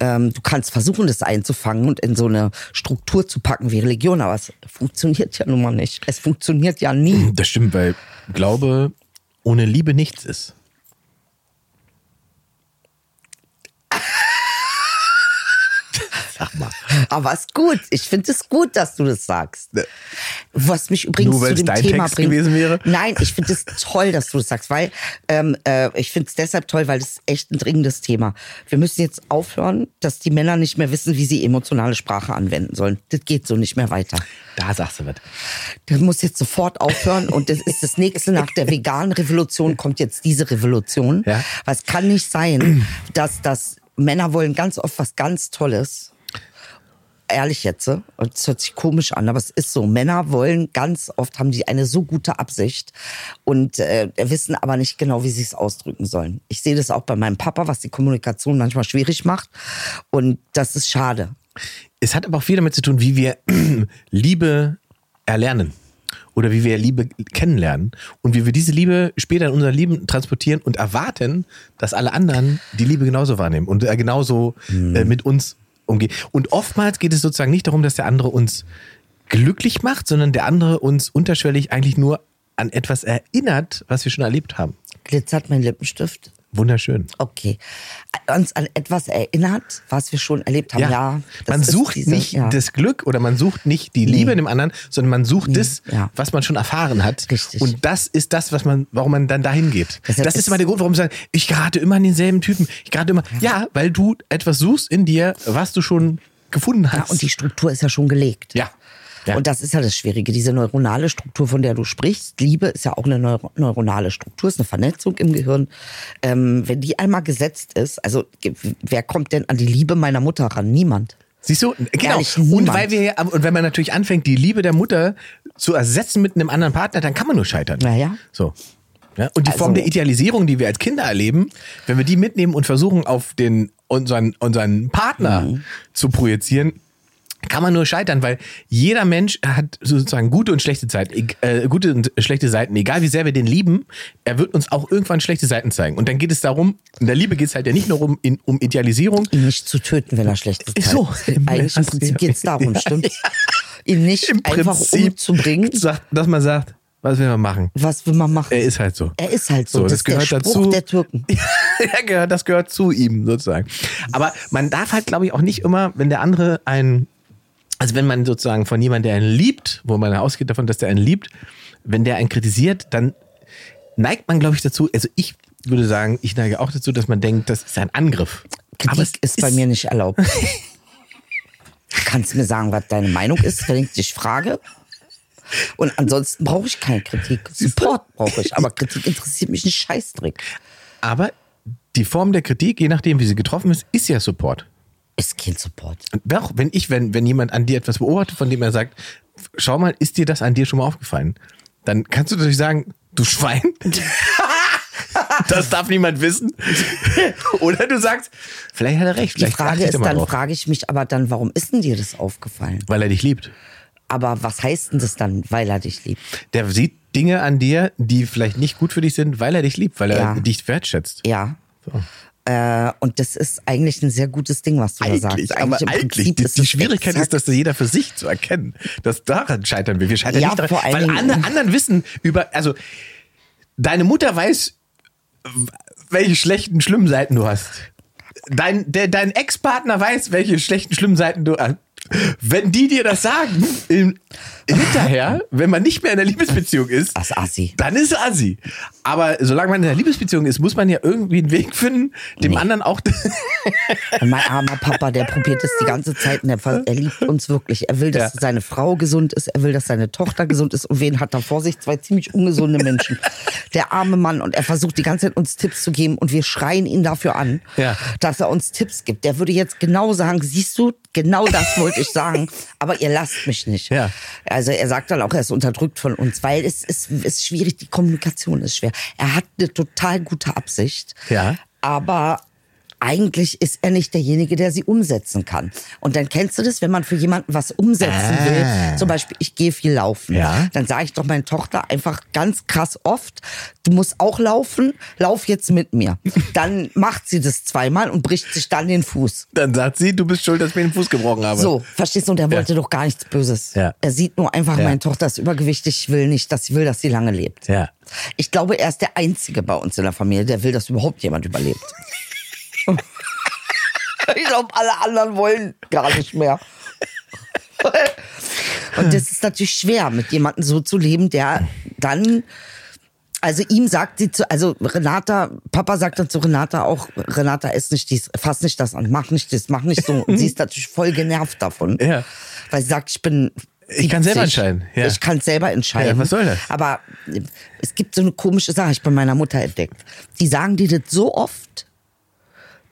ähm, du kannst versuchen, das einzufangen und in so eine Struktur zu packen wie Religion, aber es funktioniert ja nun mal nicht. Es funktioniert ja nie. das stimmt, weil Glaube ohne Liebe nichts ist. Sag mal. Aber es ist gut. Ich finde es gut, dass du das sagst. Was mich übrigens Ne. Nur zu weil's dem dein Thema Text bringt. gewesen wäre? Nein, ich finde es toll, dass du das sagst, weil ähm, äh, ich finde es deshalb toll, weil das ist echt ein dringendes Thema. Wir müssen jetzt aufhören, dass die Männer nicht mehr wissen, wie sie emotionale Sprache anwenden sollen. Das geht so nicht mehr weiter. Da sagst du was. Das muss jetzt sofort aufhören und das ist das nächste nach der veganen Revolution kommt jetzt diese Revolution. Ja. Was kann nicht sein, dass das Männer wollen ganz oft was ganz Tolles. Ehrlich jetzt, ne? und es hört sich komisch an, aber es ist so. Männer wollen ganz oft haben die eine so gute Absicht und äh, wissen aber nicht genau, wie sie es ausdrücken sollen. Ich sehe das auch bei meinem Papa, was die Kommunikation manchmal schwierig macht und das ist schade. Es hat aber auch viel damit zu tun, wie wir Liebe erlernen oder wie wir Liebe kennenlernen und wie wir diese Liebe später in unser Leben transportieren und erwarten, dass alle anderen die Liebe genauso wahrnehmen und äh, genauso äh, mit uns umgehen. Und oftmals geht es sozusagen nicht darum, dass der andere uns glücklich macht, sondern der andere uns unterschwellig eigentlich nur an etwas erinnert, was wir schon erlebt haben. Glitzert mein Lippenstift? Wunderschön. Okay. Uns an etwas erinnert, was wir schon erlebt haben. Ja. das man ist sucht diese- nicht ja. das Glück oder man sucht nicht die Liebe in dem anderen, sondern man sucht das, ja. was man schon erfahren hat. Richtig. Und das ist das, was man, warum man dann dahin geht. Deshalb das ist ist- immer der Grund, warum sie sagen, ich gerate immer an denselben Typen. Ich gerate immer, ja, weil du etwas suchst in dir, was du schon gefunden Ja, hast. und die Struktur ist ja schon gelegt. ja. ja. Und das ist ja das Schwierige, diese neuronale Struktur, von der du sprichst. Liebe ist ja auch eine neur neuronale Struktur, ist eine Vernetzung im Gehirn. Ähm, wenn die einmal gesetzt ist, also ge- wer kommt denn an die Liebe meiner Mutter ran? Niemand. Siehst du? Genau. Ehrlich, und niemand. weil wir ja- und wenn man natürlich anfängt, die Liebe der Mutter zu ersetzen mit einem anderen Partner, dann kann man nur scheitern. Ja, ja. So. Ja, und die Also- Form der Idealisierung, die wir als Kinder erleben, wenn wir die mitnehmen und versuchen, auf den unseren unseren Partner Mhm. zu projizieren, kann man nur scheitern, weil jeder Mensch hat sozusagen gute und schlechte Zeiten, eg- äh, gute und schlechte Seiten. Egal wie sehr wir den lieben, er wird uns auch irgendwann schlechte Seiten zeigen. Und dann geht es darum, in der Liebe geht es halt ja nicht nur um, in, um Idealisierung, Ihn nicht zu töten, wenn er schlecht ist. Ist so. Eigentlich im Prinzip geht es darum, Ja, stimmt? Ihn nicht einfach umzubringen. sagt, dass man sagt, was will man machen? Was will man machen? Er ist halt so. Er ist halt so. So, das das ist der gehört dazu. Spruch der Türken. Er gehört, das gehört zu ihm sozusagen. Aber man darf halt, glaube ich, auch nicht immer, wenn der andere einen, also wenn man sozusagen von jemandem, der einen liebt, wo man ausgeht davon, dass der einen liebt, wenn der einen kritisiert, dann neigt man, glaube ich, dazu, also ich würde sagen, ich neige auch dazu, dass man denkt, das ist ein Angriff. Kritik ist, bei mir nicht erlaubt. Kannst mir sagen, was deine Meinung ist, wenn ich dich frage? Und ansonsten brauche ich keine Kritik. Support brauche ich, aber Kritik interessiert mich einen Scheißdreck. Aber die Form der Kritik, je nachdem, wie sie getroffen ist, ist ja Support. Ist kein Support. Doch, wenn ich, wenn, wenn jemand an dir etwas beobachtet, von dem er sagt, schau mal, ist dir das an dir schon mal aufgefallen? Dann kannst du natürlich sagen, du Schwein. das darf niemand wissen. Oder du sagst, vielleicht hat er recht. Die Vielleicht achte Frage ich ist da mal dann, drauf. frage ich mich aber dann, warum ist denn dir das aufgefallen? weil er dich liebt. Aber was heißt denn das dann, weil er dich liebt? Der sieht Dinge an dir, die vielleicht nicht gut für dich sind, weil er dich liebt, weil Ja. er dich wertschätzt. Ja. Äh, und das ist eigentlich ein sehr gutes Ding, was du da sagst. aber im eigentlich, Prinzip die, ist die es Schwierigkeit exakt- ist, dass jeder für sich zu erkennen, dass daran scheitern wir. Wir scheitern Ja, nicht daran, vor allen weil Dingen- alle anderen wissen über, also deine Mutter weiß, w- welche schlechten, schlimmen Seiten du hast. Dein, der, dein Ex-Partner weiß, welche schlechten, schlimmen Seiten du hast. Wenn die dir das sagen, im, hinterher, wenn man nicht mehr in der Liebesbeziehung ist, Das ist assi. dann ist Assi. Aber solange man in der Liebesbeziehung ist, muss man ja irgendwie einen Weg finden, dem anderen auch Und mein armer Papa, der probiert es die ganze Zeit und er, ver- er liebt uns wirklich. Er will, dass Ja. seine Frau gesund ist, er will, dass seine Tochter gesund ist. Und wen hat er vor sich? Zwei ziemlich ungesunde Menschen. Der arme Mann. Und er versucht die ganze Zeit uns Tipps zu geben und wir schreien ihn dafür an, Ja. dass er uns Tipps gibt. Der würde jetzt genau sagen, siehst du, genau das wollte ich sagen, aber ihr lasst mich nicht. Ja. Also er sagt dann auch, er ist unterdrückt von uns, weil es ist, ist schwierig, die Kommunikation ist schwer. Er hat eine total gute Absicht. Ja. Aber eigentlich ist er nicht derjenige, der sie umsetzen kann. Und dann kennst du das, wenn man für jemanden was umsetzen Ah. will. Zum Beispiel, ich gehe viel laufen. Ja. Dann sage ich doch meiner Tochter einfach ganz krass oft, du musst auch laufen, lauf jetzt mit mir. Dann macht sie das zweimal und bricht sich dann den Fuß. Dann sagt sie, du bist schuld, dass ich mir den Fuß gebrochen habe. So, verstehst du? Und er wollte doch gar nichts Böses. Ja. Er sieht nur einfach, Ja. meine Tochter ist übergewichtig, ich will nicht, dass sie will, dass sie lange lebt. Ja. Ich glaube, er ist der Einzige bei uns in der Familie, der will, dass überhaupt jemand überlebt. ich glaube, alle anderen wollen gar nicht mehr. Und das ist natürlich schwer, mit jemandem so zu leben, der dann. Also ihm sagt sie zu, also Renata, Papa sagt dann zu Renata auch, Renata ist nicht dies, fass nicht das an, mach nicht das, mach nicht so. Und sie ist natürlich voll genervt davon. Ja. Weil sie sagt, ich bin. Ich kann selber 70. entscheiden, ja. Ich kann selber entscheiden. Ja, was soll das? Aber äh, es gibt so eine komische Sache, ich bei meiner Mutter entdeckt. Die sagen dir das so oft,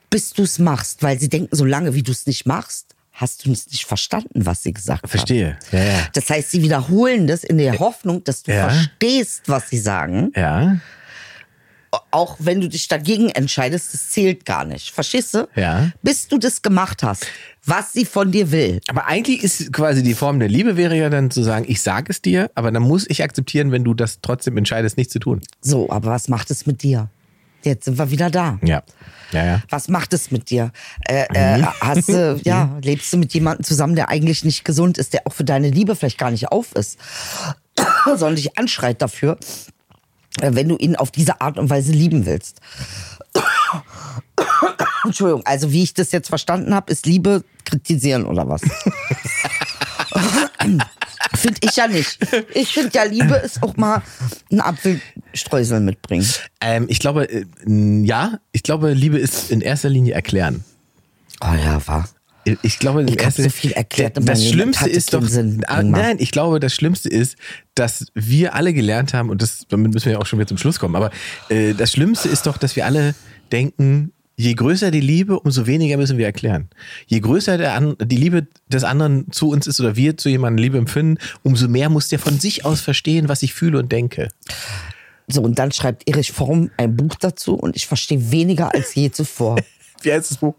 bis du es machst, weil sie denken, solange wie du es nicht machst, hast du es nicht verstanden, was sie gesagt haben. Verstehe. Ja, ja. Das heißt, sie wiederholen das in der Hoffnung, dass du Ja. verstehst, was sie sagen. Ja, Auch wenn du dich dagegen entscheidest, das zählt gar nicht. Verstehst du? Ja. Bis du das gemacht hast, was sie von dir will. aber eigentlich ist quasi die Form der Liebe wäre ja dann zu sagen, ich sage es dir, aber dann muss ich akzeptieren, wenn du das trotzdem entscheidest, nicht zu tun. So, aber was macht es mit dir? Jetzt sind wir wieder da. Ja. Ja, ja. Was macht es mit dir? Äh, äh, hast du, ja, lebst du mit jemandem zusammen, der eigentlich nicht gesund ist, der auch für deine Liebe vielleicht gar nicht auf ist, sondern dich anschreit dafür, äh, wenn du ihn auf diese Art und Weise lieben willst. Entschuldigung, also wie ich das jetzt verstanden habe, ist Liebe kritisieren oder was? finde ich ja nicht. Ich finde ja, Liebe ist auch mal ein Apfelstreusel mitbringen. Ähm, ich glaube, äh, n- ja, ich glaube, Liebe ist in erster Linie erklären. Oh ja, war. Ich glaube, in Ich hab erster- so viel erklärt in meinem das Leben, Schlimmste hatte ist doch, keinen Sinn Ah, gemacht. nein, ich glaube, das Schlimmste ist, dass wir alle gelernt haben, und das, damit müssen wir ja auch schon wieder zum Schluss kommen, aber äh, das Schlimmste ist doch, dass wir alle denken, je größer die Liebe, umso weniger müssen wir erklären. Je größer der an, die Liebe des anderen zu uns ist oder wir zu jemandem Liebe empfinden, umso mehr muss der von sich aus verstehen, was ich fühle und denke. So, und dann schreibt Erich Fromm ein Buch dazu und ich verstehe weniger als je zuvor. Wie heißt das Buch?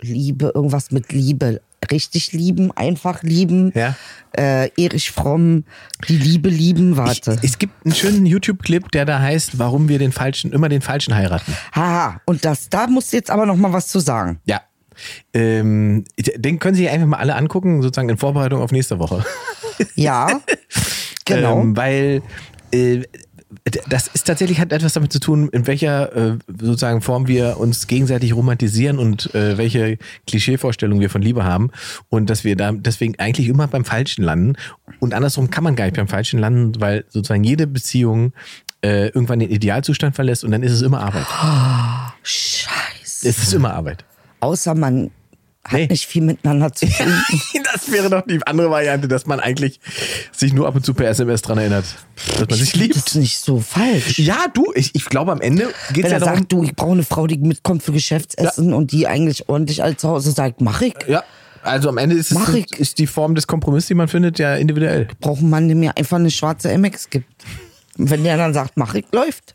Liebe, irgendwas mit Liebe. Richtig lieben, einfach lieben. Ja. Äh, Erich Fromm, die Liebe lieben, warte. Ich, es gibt einen schönen YouTube-Clip, der da heißt, warum wir den Falschen, immer den Falschen heiraten. Haha, und das, da musst du jetzt aber noch mal was zu sagen. Ja. Ähm, den können Sie einfach mal alle angucken, sozusagen in Vorbereitung auf nächste Woche. Ja, genau. Ähm, weil äh, d- das ist tatsächlich hat etwas damit zu tun, in welcher äh, sozusagen Form wir uns gegenseitig romantisieren und äh, welche Klischeevorstellungen wir von Liebe haben und dass wir da deswegen eigentlich immer beim Falschen landen und andersrum kann man gar nicht beim Falschen landen, weil sozusagen jede Beziehung äh, irgendwann den Idealzustand verlässt und dann ist es immer Arbeit. Scheiße. Es ist immer Arbeit. Außer man hat Nee. nicht viel miteinander zu tun. Das wäre doch die andere Variante, dass man eigentlich sich nur ab und zu per SMS dran erinnert, dass man sich Das ist liebt. nicht so falsch. Ja, du, ich, ich glaube, am Ende geht Wenn es ja er darum. sagt, du, ich brauche eine Frau, die mitkommt für Geschäftsessen und die eigentlich ordentlich alles zu Hause sagt, mach ich. ja, also am Ende ist, es, Mach ich. ist die Form des Kompromisses, die man findet, ja individuell. brauche einen Mann, der mir einfach eine schwarze MX gibt. Und wenn der dann sagt, mach ich, läuft.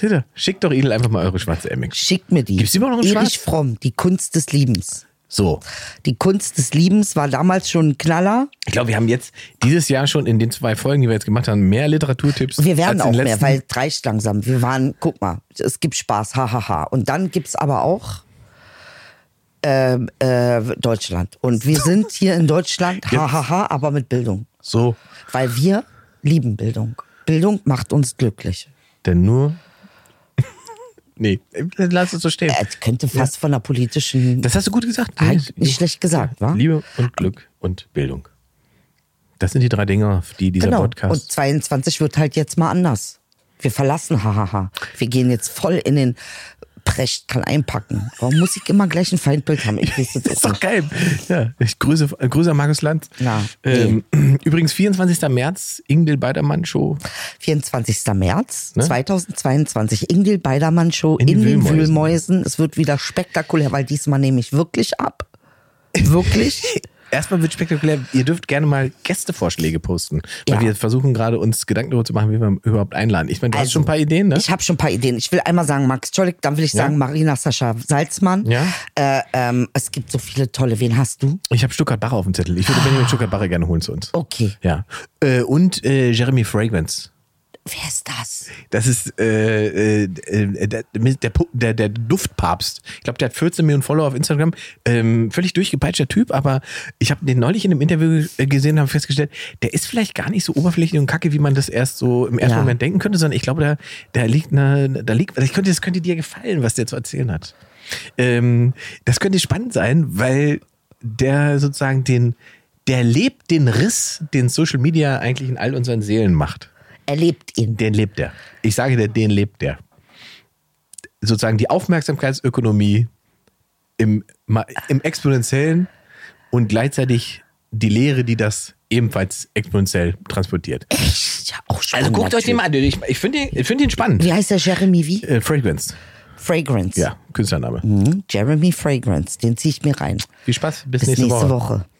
Seht ihr? Schickt doch Edel einfach mal eure schwarze MX. Schickt mir die. Gibt's immer noch in Erich schwarz? Fromm, die Kunst des Liebens. So. Die Kunst des Liebens war damals schon ein Knaller. Ich glaube, wir haben jetzt dieses Jahr schon in den zwei Folgen, die wir jetzt gemacht haben, mehr Literaturtipps. Wir als werden auch in den mehr, letzten. weil es reicht langsam. Wir waren, guck mal, es gibt Spaß, hahaha. Ha, ha. Und dann gibt's aber auch ähm, äh, Deutschland. Und wir sind hier in Deutschland, hahaha, ha, ha, aber mit Bildung. So. Weil wir lieben Bildung. Bildung macht uns glücklich. Denn nur. nee, lass es so stehen. Äh, Es könnte fast von der politischen Das hast du gut gesagt. Ah, nicht schlecht gesagt, wa? Liebe und Glück und Bildung. Das sind die drei Dinge, auf die dieser Genau. Und Podcast. 22 wird halt jetzt mal anders. Wir verlassen hahaha. Wir gehen jetzt voll in den Precht kann einpacken. Warum muss ich immer gleich ein Feindbild haben? Ich weiß jetzt ist doch auch nicht. geil. Ja, ich grüße, äh, grüße an Markus Lanz. Na, ähm, Übrigens, 24. März, Ingdil Beidermann Show. 24. März Ne? 2022, Ingel Beidermann Show in, In den den Wühlmäusen. Wühlmäusen. Es wird wieder spektakulär, weil diesmal nehme ich wirklich ab. Wirklich? Erstmal wird spektakulär. Ihr dürft gerne mal Gästevorschläge posten. Weil Ja. wir versuchen gerade uns Gedanken darüber zu machen, wie wir überhaupt einladen. Ich meine, du hast Also, schon ein paar Ideen, ne? Ich habe schon ein paar Ideen. Ich will einmal sagen Max Czollik, dann will ich sagen Marina Sascha Salzmann. Ja. Äh, ähm, es gibt so viele tolle. Wen hast du? Ich habe Stuttgart Barre auf dem Zettel. Ich würde Ah. Benjamin Stuttgart Barre gerne holen zu uns. Okay. Ja. Äh, und äh, Jeremy Fragrance. Wer ist das? Das ist äh, äh, äh, der, der, Pu- der, der Duftpapst. Ich glaube, der hat 14 Millionen Follower auf Instagram. Ähm, völlig durchgepeitschter Typ, aber ich habe den neulich in einem Interview äh, gesehen und habe festgestellt, der ist vielleicht gar nicht so oberflächlich und kacke, wie man das erst so im ersten Ja. Moment denken könnte, sondern ich glaube, da, da liegt eine, da liegt, das könnte, das könnte dir gefallen, was der zu erzählen hat. Ähm, das könnte spannend sein, weil der sozusagen den, der lebt den Riss, den Social Media eigentlich in all unseren Seelen macht. Er lebt ihn. Den lebt er. Ich sage dir, den lebt er. Sozusagen die Aufmerksamkeitsökonomie im, ma- im Exponentiellen und gleichzeitig die Lehre, die das ebenfalls exponentiell transportiert. Echt? Ja, auch Also spannend, guckt euch den mal natürlich. an. Ich, ich finde den, ich find den spannend. Wie heißt der Jeremy wie? Äh, Fragrance. Fragrance. Ja, Künstlername. Hm? Jeremy Fragrance. Den ziehe ich mir rein. Viel Spaß. Bis, Bis nächste, nächste Woche. Woche.